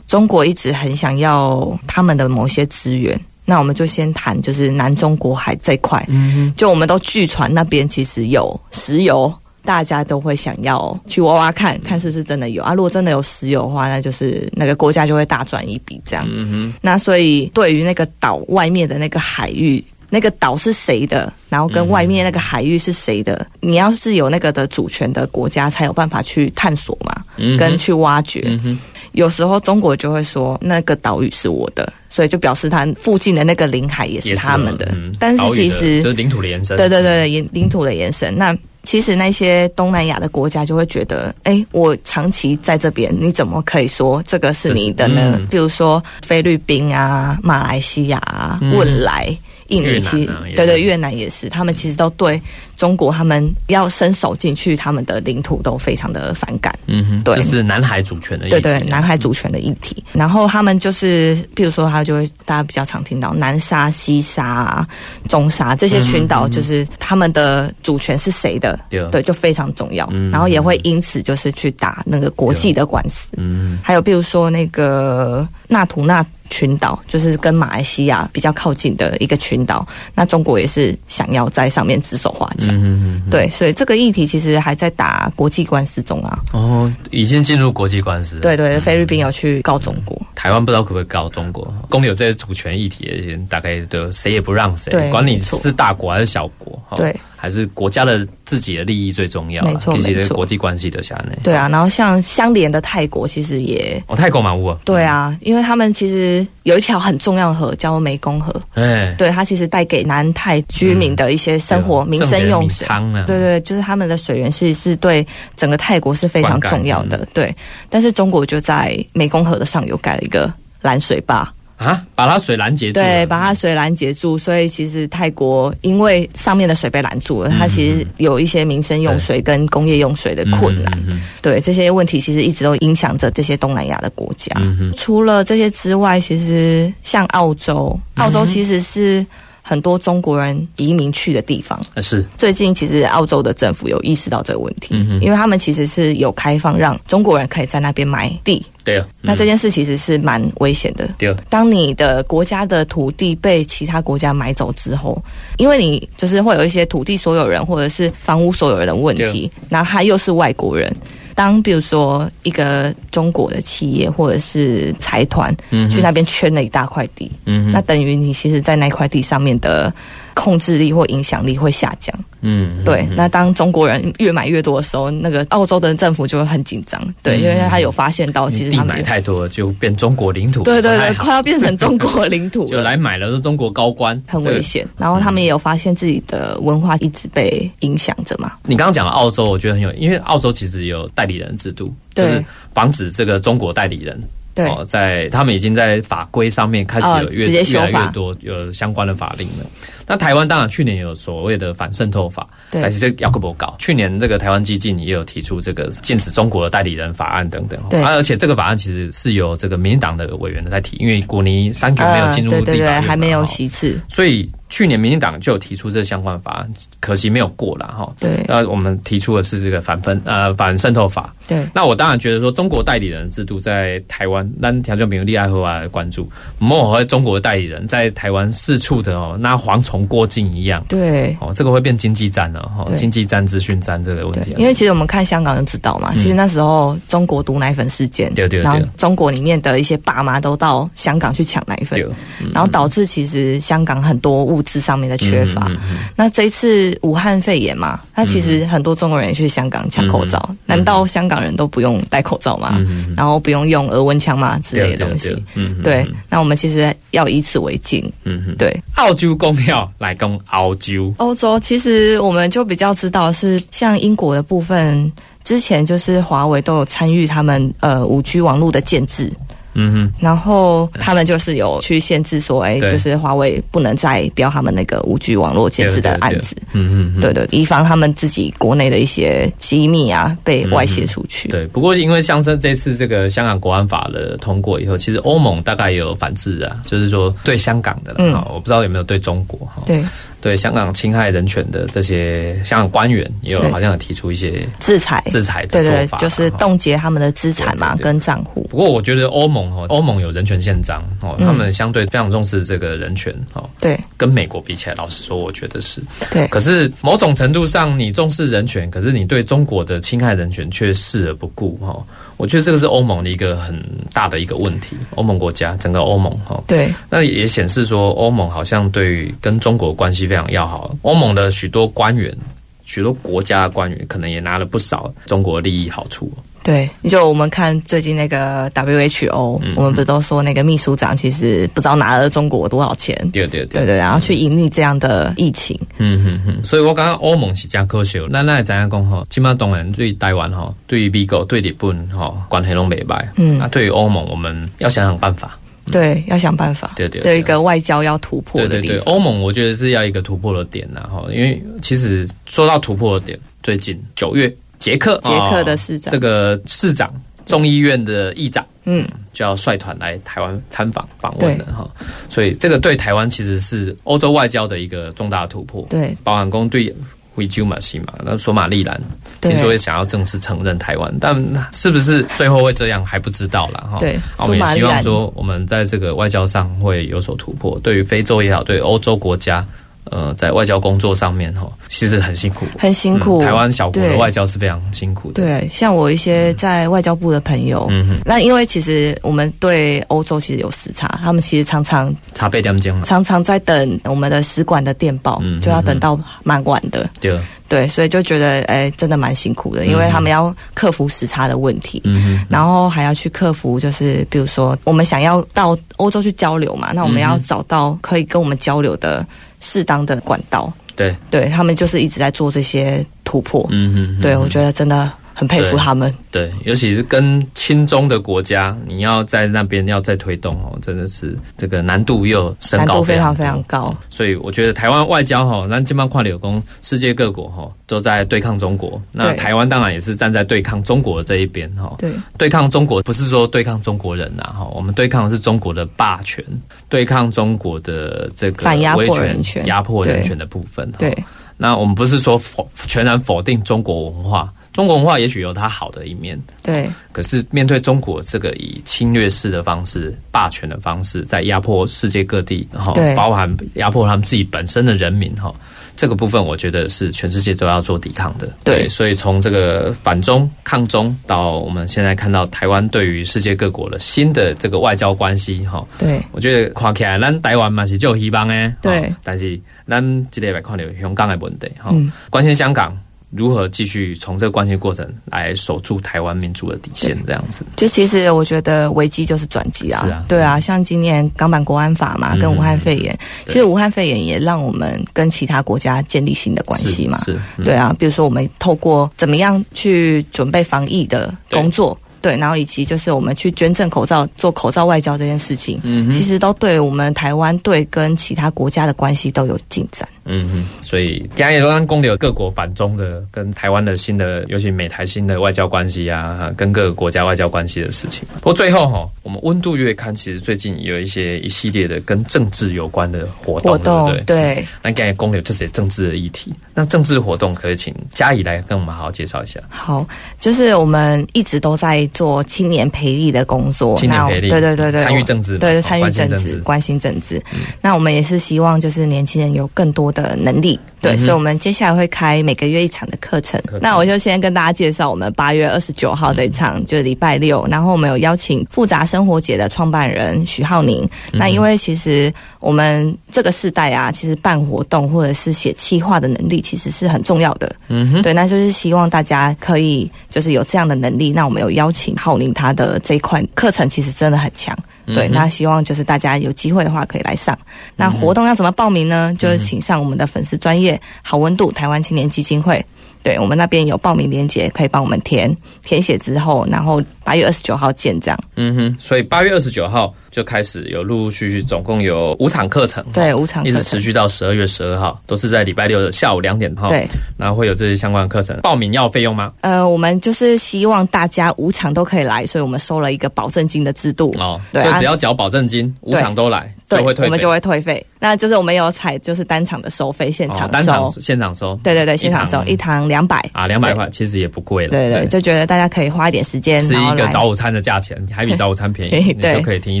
Speaker 3: 中国一直很想要他们的某些资源。那我们就先谈就是南中国海这块，
Speaker 2: 嗯
Speaker 3: 就我们都据传那边其实有石油，大家都会想要去挖挖看看是不是真的有啊。如果真的有石油的话，那就是那个国家就会大赚一笔这样。
Speaker 2: 嗯
Speaker 3: 那所以对于那个岛外面的那个海域，那个岛是谁的，然后跟外面那个海域是谁的，你要是有那个的主权的国家，才有办法去探索嘛，
Speaker 2: 哼，
Speaker 3: 跟去挖掘。
Speaker 2: 嗯哼，
Speaker 3: 有时候中国就会说那个岛屿是我的，所以就表示它附近的那个领海也
Speaker 2: 也
Speaker 3: 是他们的。
Speaker 2: 嗯
Speaker 3: 但是
Speaker 2: 岛屿
Speaker 3: 其
Speaker 2: 的
Speaker 3: 实
Speaker 2: 就是领土的延伸，
Speaker 3: 对对对，领领土的延伸。那其实那些东南亚的国家就会觉得，哎，我长期在这边，你怎么可以说这个是你的呢？
Speaker 2: 这是嗯
Speaker 3: 比如说菲律宾啊、马来西亚、啊、
Speaker 2: 嗯
Speaker 3: 汶莱。印尼其
Speaker 2: 越南啊也
Speaker 3: 对对
Speaker 2: 是
Speaker 3: 越南也是，他们其实都对中国他们要伸手进去他们的领土都非常的反感。
Speaker 2: 嗯哼，
Speaker 3: 对
Speaker 2: 这是南海主权的议题啊
Speaker 3: 对对，南海主权的议题。然后他们就是，譬如说，他就会大家比较常听到南沙、西沙、啊、中沙这些群岛，就是他们的主权是谁的，
Speaker 2: 嗯对
Speaker 3: 对，就非常重要
Speaker 2: 嗯。
Speaker 3: 然后也会因此就是去打那个国际的官司。
Speaker 2: 嗯
Speaker 3: 还有比如说那个纳图纳群岛，就是跟马来西亚比较靠近的一个群岛，那中国也是想要在上面指手画脚。
Speaker 2: 嗯哼嗯
Speaker 3: 对，所以这个议题其实还在打国际官司中啊。
Speaker 2: 哼，哦，已经进入国际官司了，
Speaker 3: 对对，菲律宾有去告中国。
Speaker 2: 台湾不知道可不可以告中国，公有这些主权议题的人，大概都谁也不让谁，
Speaker 3: 对
Speaker 2: 管你
Speaker 3: 没错
Speaker 2: 是大国还是小国，哈
Speaker 3: 对，
Speaker 2: 还是国家的自己的利益最重要啦，
Speaker 3: 没错
Speaker 2: 其实
Speaker 3: 没错
Speaker 2: 国际关系的下内，
Speaker 3: 对啊，然后像相连的泰国，其实也
Speaker 2: 哦，泰国蛮无啊，
Speaker 3: 对啊，因为他们其实有一条很重要的河叫湄公河，
Speaker 2: 哎，哦
Speaker 3: 对它其实带给南泰居民的一些生活、民啊生用水。
Speaker 2: 汤啊，
Speaker 3: 对对，就是他们的水源是是对整个泰国是非常
Speaker 2: 灌溉
Speaker 3: 重要的，对。但是中国就在湄公河的上游盖了一个拦水坝，
Speaker 2: 啊，把它水拦截住了，
Speaker 3: 对，把它水拦截住，所以其实泰国因为上面的水被拦住了，
Speaker 2: 嗯
Speaker 3: 它其实有一些民生用水跟工业用水的困难。
Speaker 2: 嗯嗯
Speaker 3: 对这些问题，其实一直都影响着这些东南亚的国家。
Speaker 2: 嗯哼
Speaker 3: 除了这些之外，其实像澳洲，
Speaker 2: 嗯
Speaker 3: 澳洲其实是很多中国人移民去的地方。
Speaker 2: 呃是，
Speaker 3: 最近其实澳洲的政府有意识到这个问题，
Speaker 2: 嗯哼
Speaker 3: 因为他们其实是有开放让中国人可以在那边买地。
Speaker 2: 对啊，
Speaker 3: 那这
Speaker 2: 嗯
Speaker 3: 件事其实是蛮危险的，
Speaker 2: 对啊，
Speaker 3: 当你的国家的土地被其他国家买走之后，因为你就是会有一些土地所有人或者是房屋所有人的问题，然后他又是外国人。当比如说一个中国的企业或者是财团
Speaker 2: 嗯哼
Speaker 3: 去那边圈了一大块地，
Speaker 2: 嗯哼
Speaker 3: 那等于你其实，在那块地上面的控制力或影响力会下降。
Speaker 2: 嗯嗯
Speaker 3: 对，那当中国人越买越多的时候，那个澳洲的政府就会很紧张。对，因为他有发现到，其实
Speaker 2: 嗯地
Speaker 3: 他们
Speaker 2: 买太多了就变中国领土，
Speaker 3: 对对
Speaker 2: 不太
Speaker 3: 对，
Speaker 2: 好
Speaker 3: 快要变成中国领 土
Speaker 2: 就
Speaker 3: 了。
Speaker 2: 来买了都是中国高官，
Speaker 3: 很
Speaker 2: 这
Speaker 3: 危
Speaker 2: 个。
Speaker 3: 险。然后他
Speaker 2: 嗯
Speaker 3: 们也有发现自己的文化一直被影响着嘛。
Speaker 2: 你刚刚讲的澳洲，我觉得很有，因为澳洲其实有代理人制度，就
Speaker 3: 对
Speaker 2: 是防止这个中国代理人。哦
Speaker 3: 对，
Speaker 2: 在他们已经在法规上面开始
Speaker 3: 哦
Speaker 2: 有越、
Speaker 3: 直接
Speaker 2: 越
Speaker 3: 修
Speaker 2: 来
Speaker 3: 法
Speaker 2: 越多有相关的法令了。那台湾当然去年有所谓的反渗透法，
Speaker 3: 对
Speaker 2: 但是这个要克不搞。去年这个台湾基金也有提出这个禁止中国的代理人法案等等。
Speaker 3: 对
Speaker 2: 啊而且这个法案其实是由这个民进党的委员在提，因为古尼三九没有进入
Speaker 3: 呃啊对
Speaker 2: 立法
Speaker 3: 对
Speaker 2: 院
Speaker 3: 对，
Speaker 2: 嘛、哦
Speaker 3: 还没有
Speaker 2: 哈
Speaker 3: 席次。
Speaker 2: 所以去年民进党就有提出这相关法案，可惜没有过了哈。
Speaker 3: 对
Speaker 2: 那我们提出的是这个反分呃反渗透法。
Speaker 3: 对
Speaker 2: 那我当然觉得说，中国代理人制度在台湾，那条件比如利爱和啊关注，莫和中国代理人在台湾四处的哦，那蝗虫过境一样
Speaker 3: 对
Speaker 2: 哦，这个会变经济战了哈、哦，
Speaker 3: 对
Speaker 2: 经济战、资讯战这个问
Speaker 3: 对
Speaker 2: 题，啊。
Speaker 3: 因为其实我们看香港就知道嘛，其实那时候中国毒奶粉事件，
Speaker 2: 嗯对对对
Speaker 3: 然后中国里面的一些爸妈都到香港去抢奶粉
Speaker 2: 对，
Speaker 3: 然后导致其实香港很多物资上面的缺乏。
Speaker 2: 嗯
Speaker 3: 那这一次武汉肺炎嘛，那其实很多中国人也去香港抢口罩，
Speaker 2: 嗯
Speaker 3: 难道香港人都不用戴口罩吗？然后不用用额温枪吗之类的东西？
Speaker 2: 对对对嗯嗯
Speaker 3: 对，那我们其实要以此为镜。
Speaker 2: 嗯哼，
Speaker 3: 对，
Speaker 2: 澳洲公票来攻澳洲，
Speaker 3: 欧洲其实我们就比较知道是像英国的部分，之前就是华为都有参与他们呃五 G 网络的建制，
Speaker 2: 嗯哼，
Speaker 3: 然后他们就是有去限制说，哎、
Speaker 2: 对
Speaker 3: 就是华为不能再标他们那个五 G 网络建制的案子，
Speaker 2: 嗯哼，
Speaker 3: 对对，以防他们自己国内的一些机密啊被外泄出去。
Speaker 2: 对，不过因为像这这次这个香港国安法的通过以后，其实欧盟大概也有反制啊，就是说对香港的啦，
Speaker 3: 嗯
Speaker 2: 哈我不知道有没有对中国哈。
Speaker 3: 对
Speaker 2: 对香港侵害人权的这些香港官员，也有
Speaker 3: 对
Speaker 2: 好像有提出一些
Speaker 3: 制裁，
Speaker 2: 制裁的
Speaker 3: 对
Speaker 2: 做
Speaker 3: 对
Speaker 2: 法，，
Speaker 3: 就是
Speaker 2: 哈
Speaker 3: 冻结他们的资产嘛，
Speaker 2: 对对对
Speaker 3: 跟账户。
Speaker 2: 不过我觉得欧盟
Speaker 3: 嗯
Speaker 2: 哦，欧盟有人权宪章哦，他们相对非常重视这个人权哦，
Speaker 3: 对
Speaker 2: 跟美国比起来，老实说，我觉得是。
Speaker 3: 对
Speaker 2: 可是某种程度上，你重视人权，可是你对中国的侵害人权却视而不顾哦。我觉得这个是欧盟的一个很大的一个问题，欧盟国家整个欧盟哦。
Speaker 3: 对
Speaker 2: 那也显示说，欧盟好像对于跟中国关系非常要好。欧盟的许多官员，许多国家的官员，可能也拿了不少中国利益好处。
Speaker 3: 对，就我们看最近那个 WHO，、我
Speaker 2: 嗯
Speaker 3: 们不都说那个秘书长其实不知道拿了中国多少钱？
Speaker 2: 对对
Speaker 3: 对对，然后去隐匿这样的疫情，
Speaker 2: 嗯哼哼，所以我感觉欧盟是真可惜。哦咱咱会知影讲吼，即马当然对台湾吼，对美国、对日本吼关系拢袂歹。嗯，啊，对于欧盟，我们要想想办法。
Speaker 3: 对，要想办法，
Speaker 2: 对对对
Speaker 3: 这一个外交要突破
Speaker 2: 对
Speaker 3: 的
Speaker 2: 对
Speaker 3: 地
Speaker 2: 对，
Speaker 3: 方。
Speaker 2: 欧盟我觉得是要一个突破的点呐、哈，因为其实说到突破的点，最近九月捷克啊
Speaker 3: 捷克的市长
Speaker 2: 这个市长众议院的议长
Speaker 3: 嗯，
Speaker 2: 就要率团来台湾参访访问了哈，所以这个对台湾其实是欧洲外交的一个重大突破。
Speaker 3: 对
Speaker 2: 保安宫对维吉马西嘛，那索马利兰
Speaker 3: 对
Speaker 2: 听说也想要正式承认台湾，但是不是最后会这样还不知道啦。哈。
Speaker 3: 对
Speaker 2: 啊我们也
Speaker 3: 索马利
Speaker 2: 希
Speaker 3: 兰
Speaker 2: 望说我们在这个外交上会有所突破，对于非洲也好，对欧洲国家。呃，在外交工作上面哈，其实很辛苦，
Speaker 3: 很辛苦。
Speaker 2: 嗯台湾小国的
Speaker 3: 对
Speaker 2: 外交是非常辛苦的。
Speaker 3: 对，像我一些在外交部的朋友，
Speaker 2: 嗯哼，
Speaker 3: 那因为其实我们对欧洲其实有时差，他们其实常常
Speaker 2: 茶杯点睛嘛，
Speaker 3: 常常在等我们的使馆的电报，
Speaker 2: 嗯
Speaker 3: 就要等到蛮晚的。
Speaker 2: 对，
Speaker 3: 对，所以就觉得哎、真的蛮辛苦的，因为他们要克服时差的问题，
Speaker 2: 嗯哼，
Speaker 3: 然后还要去克服，就是比如说我们想要到欧洲去交流嘛，那我们
Speaker 2: 嗯
Speaker 3: 要找到可以跟我们交流的适当的管道。
Speaker 2: 对，
Speaker 3: 对他们就是一直在做这些突破，
Speaker 2: 嗯哼，
Speaker 3: 对我觉得真的很佩服
Speaker 2: 对
Speaker 3: 他们。
Speaker 2: 对，尤其是跟亲中的国家，你要在那边要再推动哦，真的是这个难度又升
Speaker 3: 难
Speaker 2: 高啊
Speaker 3: 度非常非
Speaker 2: 多
Speaker 3: 常高。
Speaker 2: 所以我觉得台湾外交哈，那金邦跨柳工，世界各国哈都在对抗中国。那
Speaker 3: 对
Speaker 2: 台湾当然也是站在对抗中国这一边哈。
Speaker 3: 对
Speaker 2: 对抗中国不是说对抗中国人呐、哈，我们对抗的是中国的霸权，对抗中国的这个
Speaker 3: 反压迫
Speaker 2: 威
Speaker 3: 人权
Speaker 2: 压迫人
Speaker 3: 对
Speaker 2: 权的部分。哈
Speaker 3: 对
Speaker 2: 那我们不是说否全然否定中国文化，中国文化也许有它好的一面，
Speaker 3: 对
Speaker 2: 可是面对中国这个以侵略式的方式、霸权的方式，在压迫世界各地，哈
Speaker 3: 对，
Speaker 2: 包含压迫他们自己本身的人民，哈，这个部分我觉得是全世界都要做抵抗的。
Speaker 3: 对
Speaker 2: 所以从这个反中、抗中到我们现在看到台湾对于世界各国的新的这个外交关系，哈，
Speaker 3: 对
Speaker 2: 我觉得看起来咱台湾嘛是就有希望诶，
Speaker 3: 对
Speaker 2: 吼但是咱这礼拜看到香港的问题，哈、
Speaker 3: 嗯
Speaker 2: 关心香港如何继续从这个关心过程来守住台湾民主的底线，这样子，
Speaker 3: 就其实我觉得危机就是转机啊，
Speaker 2: 是啊
Speaker 3: 对啊，像今年港版国安法嘛，
Speaker 2: 嗯
Speaker 3: 跟武汉肺炎，
Speaker 2: 对
Speaker 3: 其实武汉肺炎也让我们跟其他国家建立新的关系嘛，
Speaker 2: 是，是嗯
Speaker 3: 对啊，比如说我们透过怎么样去准备防疫的工作。对，然后以及就是我们去捐赠口罩、做口罩外交这件事情，
Speaker 2: 嗯哼
Speaker 3: 其实都对我们台湾队跟其他国家的关系都有进展。
Speaker 2: 嗯嗯，所以刚才也刚公有各国反中的跟台湾的新的，尤其美台新的外交关系啊，跟各个国家外交关系的事情。不过最后哈、我们温度月刊其实最近有一些一系列的跟政治有关的活动，
Speaker 3: 活动
Speaker 2: 对不对？
Speaker 3: 对
Speaker 2: 那刚才公有这些政治的议题，那政治活动可以请嘉怡来跟我们好好介绍一下。
Speaker 3: 好，就是我们一直都在做青年培力的工作，
Speaker 2: 青年培力
Speaker 3: 那我对对对对，
Speaker 2: 参与政治嘛
Speaker 3: 对
Speaker 2: 哦
Speaker 3: 对参与
Speaker 2: 关心
Speaker 3: 政
Speaker 2: 政
Speaker 3: 治
Speaker 2: 治，嗯
Speaker 3: 关心政治。那我们也是希望就是年轻人有更多的能力，对，所以我们接下来会开每个月一场的课程。
Speaker 2: 嗯课程
Speaker 3: 那我就先跟大家介绍我们八月二十九号这一场，
Speaker 2: 嗯
Speaker 3: 就是礼拜六，然后我们有邀请复杂生活节的创办人许浩宁。
Speaker 2: 嗯
Speaker 3: 那因为其实我们这个世代啊，其实办活动或者是写企划的能力其实是很重要的。
Speaker 2: 嗯哼，
Speaker 3: 对，那就是希望大家可以就是有这样的能力。那我们有邀请浩宁他的这一款课程，其实真的很强。
Speaker 2: 嗯
Speaker 3: 对，那希望就是大家有机会的话可以来上。那活动要怎么报名呢？
Speaker 2: 嗯
Speaker 3: 就是请上我们的粉丝专业好温度台湾青年基金会。对我们那边有报名链接，可以帮我们填填写之后，然后八月二十九号见这样。
Speaker 2: 嗯哼，所以八月二十九号就开始有陆陆续续，总共有五场课程，
Speaker 3: 对，
Speaker 2: 哦，
Speaker 3: 五场
Speaker 2: 一
Speaker 3: 课
Speaker 2: 直持
Speaker 3: 程。
Speaker 2: 续到十二月十二号，都是在礼拜六的下午两点哈。
Speaker 3: 对，
Speaker 2: 然后会有这些相关的课程，报名要费用吗？
Speaker 3: 呃，我们就是希望大家五场都可以来，所以我们收了一个保证金的制度。
Speaker 2: 哦，
Speaker 3: 对
Speaker 2: 就
Speaker 3: 啊
Speaker 2: 只要缴保证金，五
Speaker 3: 对
Speaker 2: 场都来，
Speaker 3: 对，
Speaker 2: 就会退费哦
Speaker 3: 我们就会退费。那就是我们有采就是单场的收费，现场
Speaker 2: 哦单
Speaker 3: 收，
Speaker 2: 场现场收，
Speaker 3: 对对对，现场收一堂两百
Speaker 2: 啊两百块，其实也不贵了，
Speaker 3: 对对，就觉得大家可以花一点时间，
Speaker 2: 吃
Speaker 3: 然
Speaker 2: 一
Speaker 3: 后
Speaker 2: 个
Speaker 3: 来
Speaker 2: 早午餐的价钱，还比早午餐便宜，
Speaker 3: 嘿
Speaker 2: 你
Speaker 3: 对
Speaker 2: 就可以听一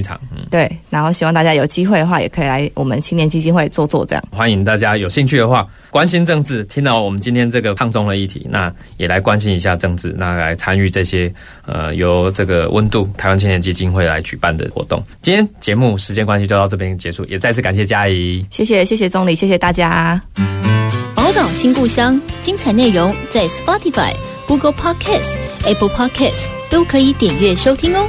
Speaker 2: 场。嗯，
Speaker 3: 对，然后希望大家有机会的话，也可以来我们青年基金会坐坐这样。
Speaker 2: 欢迎大家有兴趣的话，关心政治，听到我们今天这个抗中的议题，那也来关心一下政治，那来参与这些呃由这个温度台湾青年基金会来举办的活动。今天节目时间关系就到这边结束，也再次感谢嘉怡。
Speaker 3: 谢谢谢谢钟理，谢谢大家。
Speaker 6: 宝岛新故乡，精彩内容在 Spotify、Google Podcasts、Apple Podcasts 都可以点阅收听哦。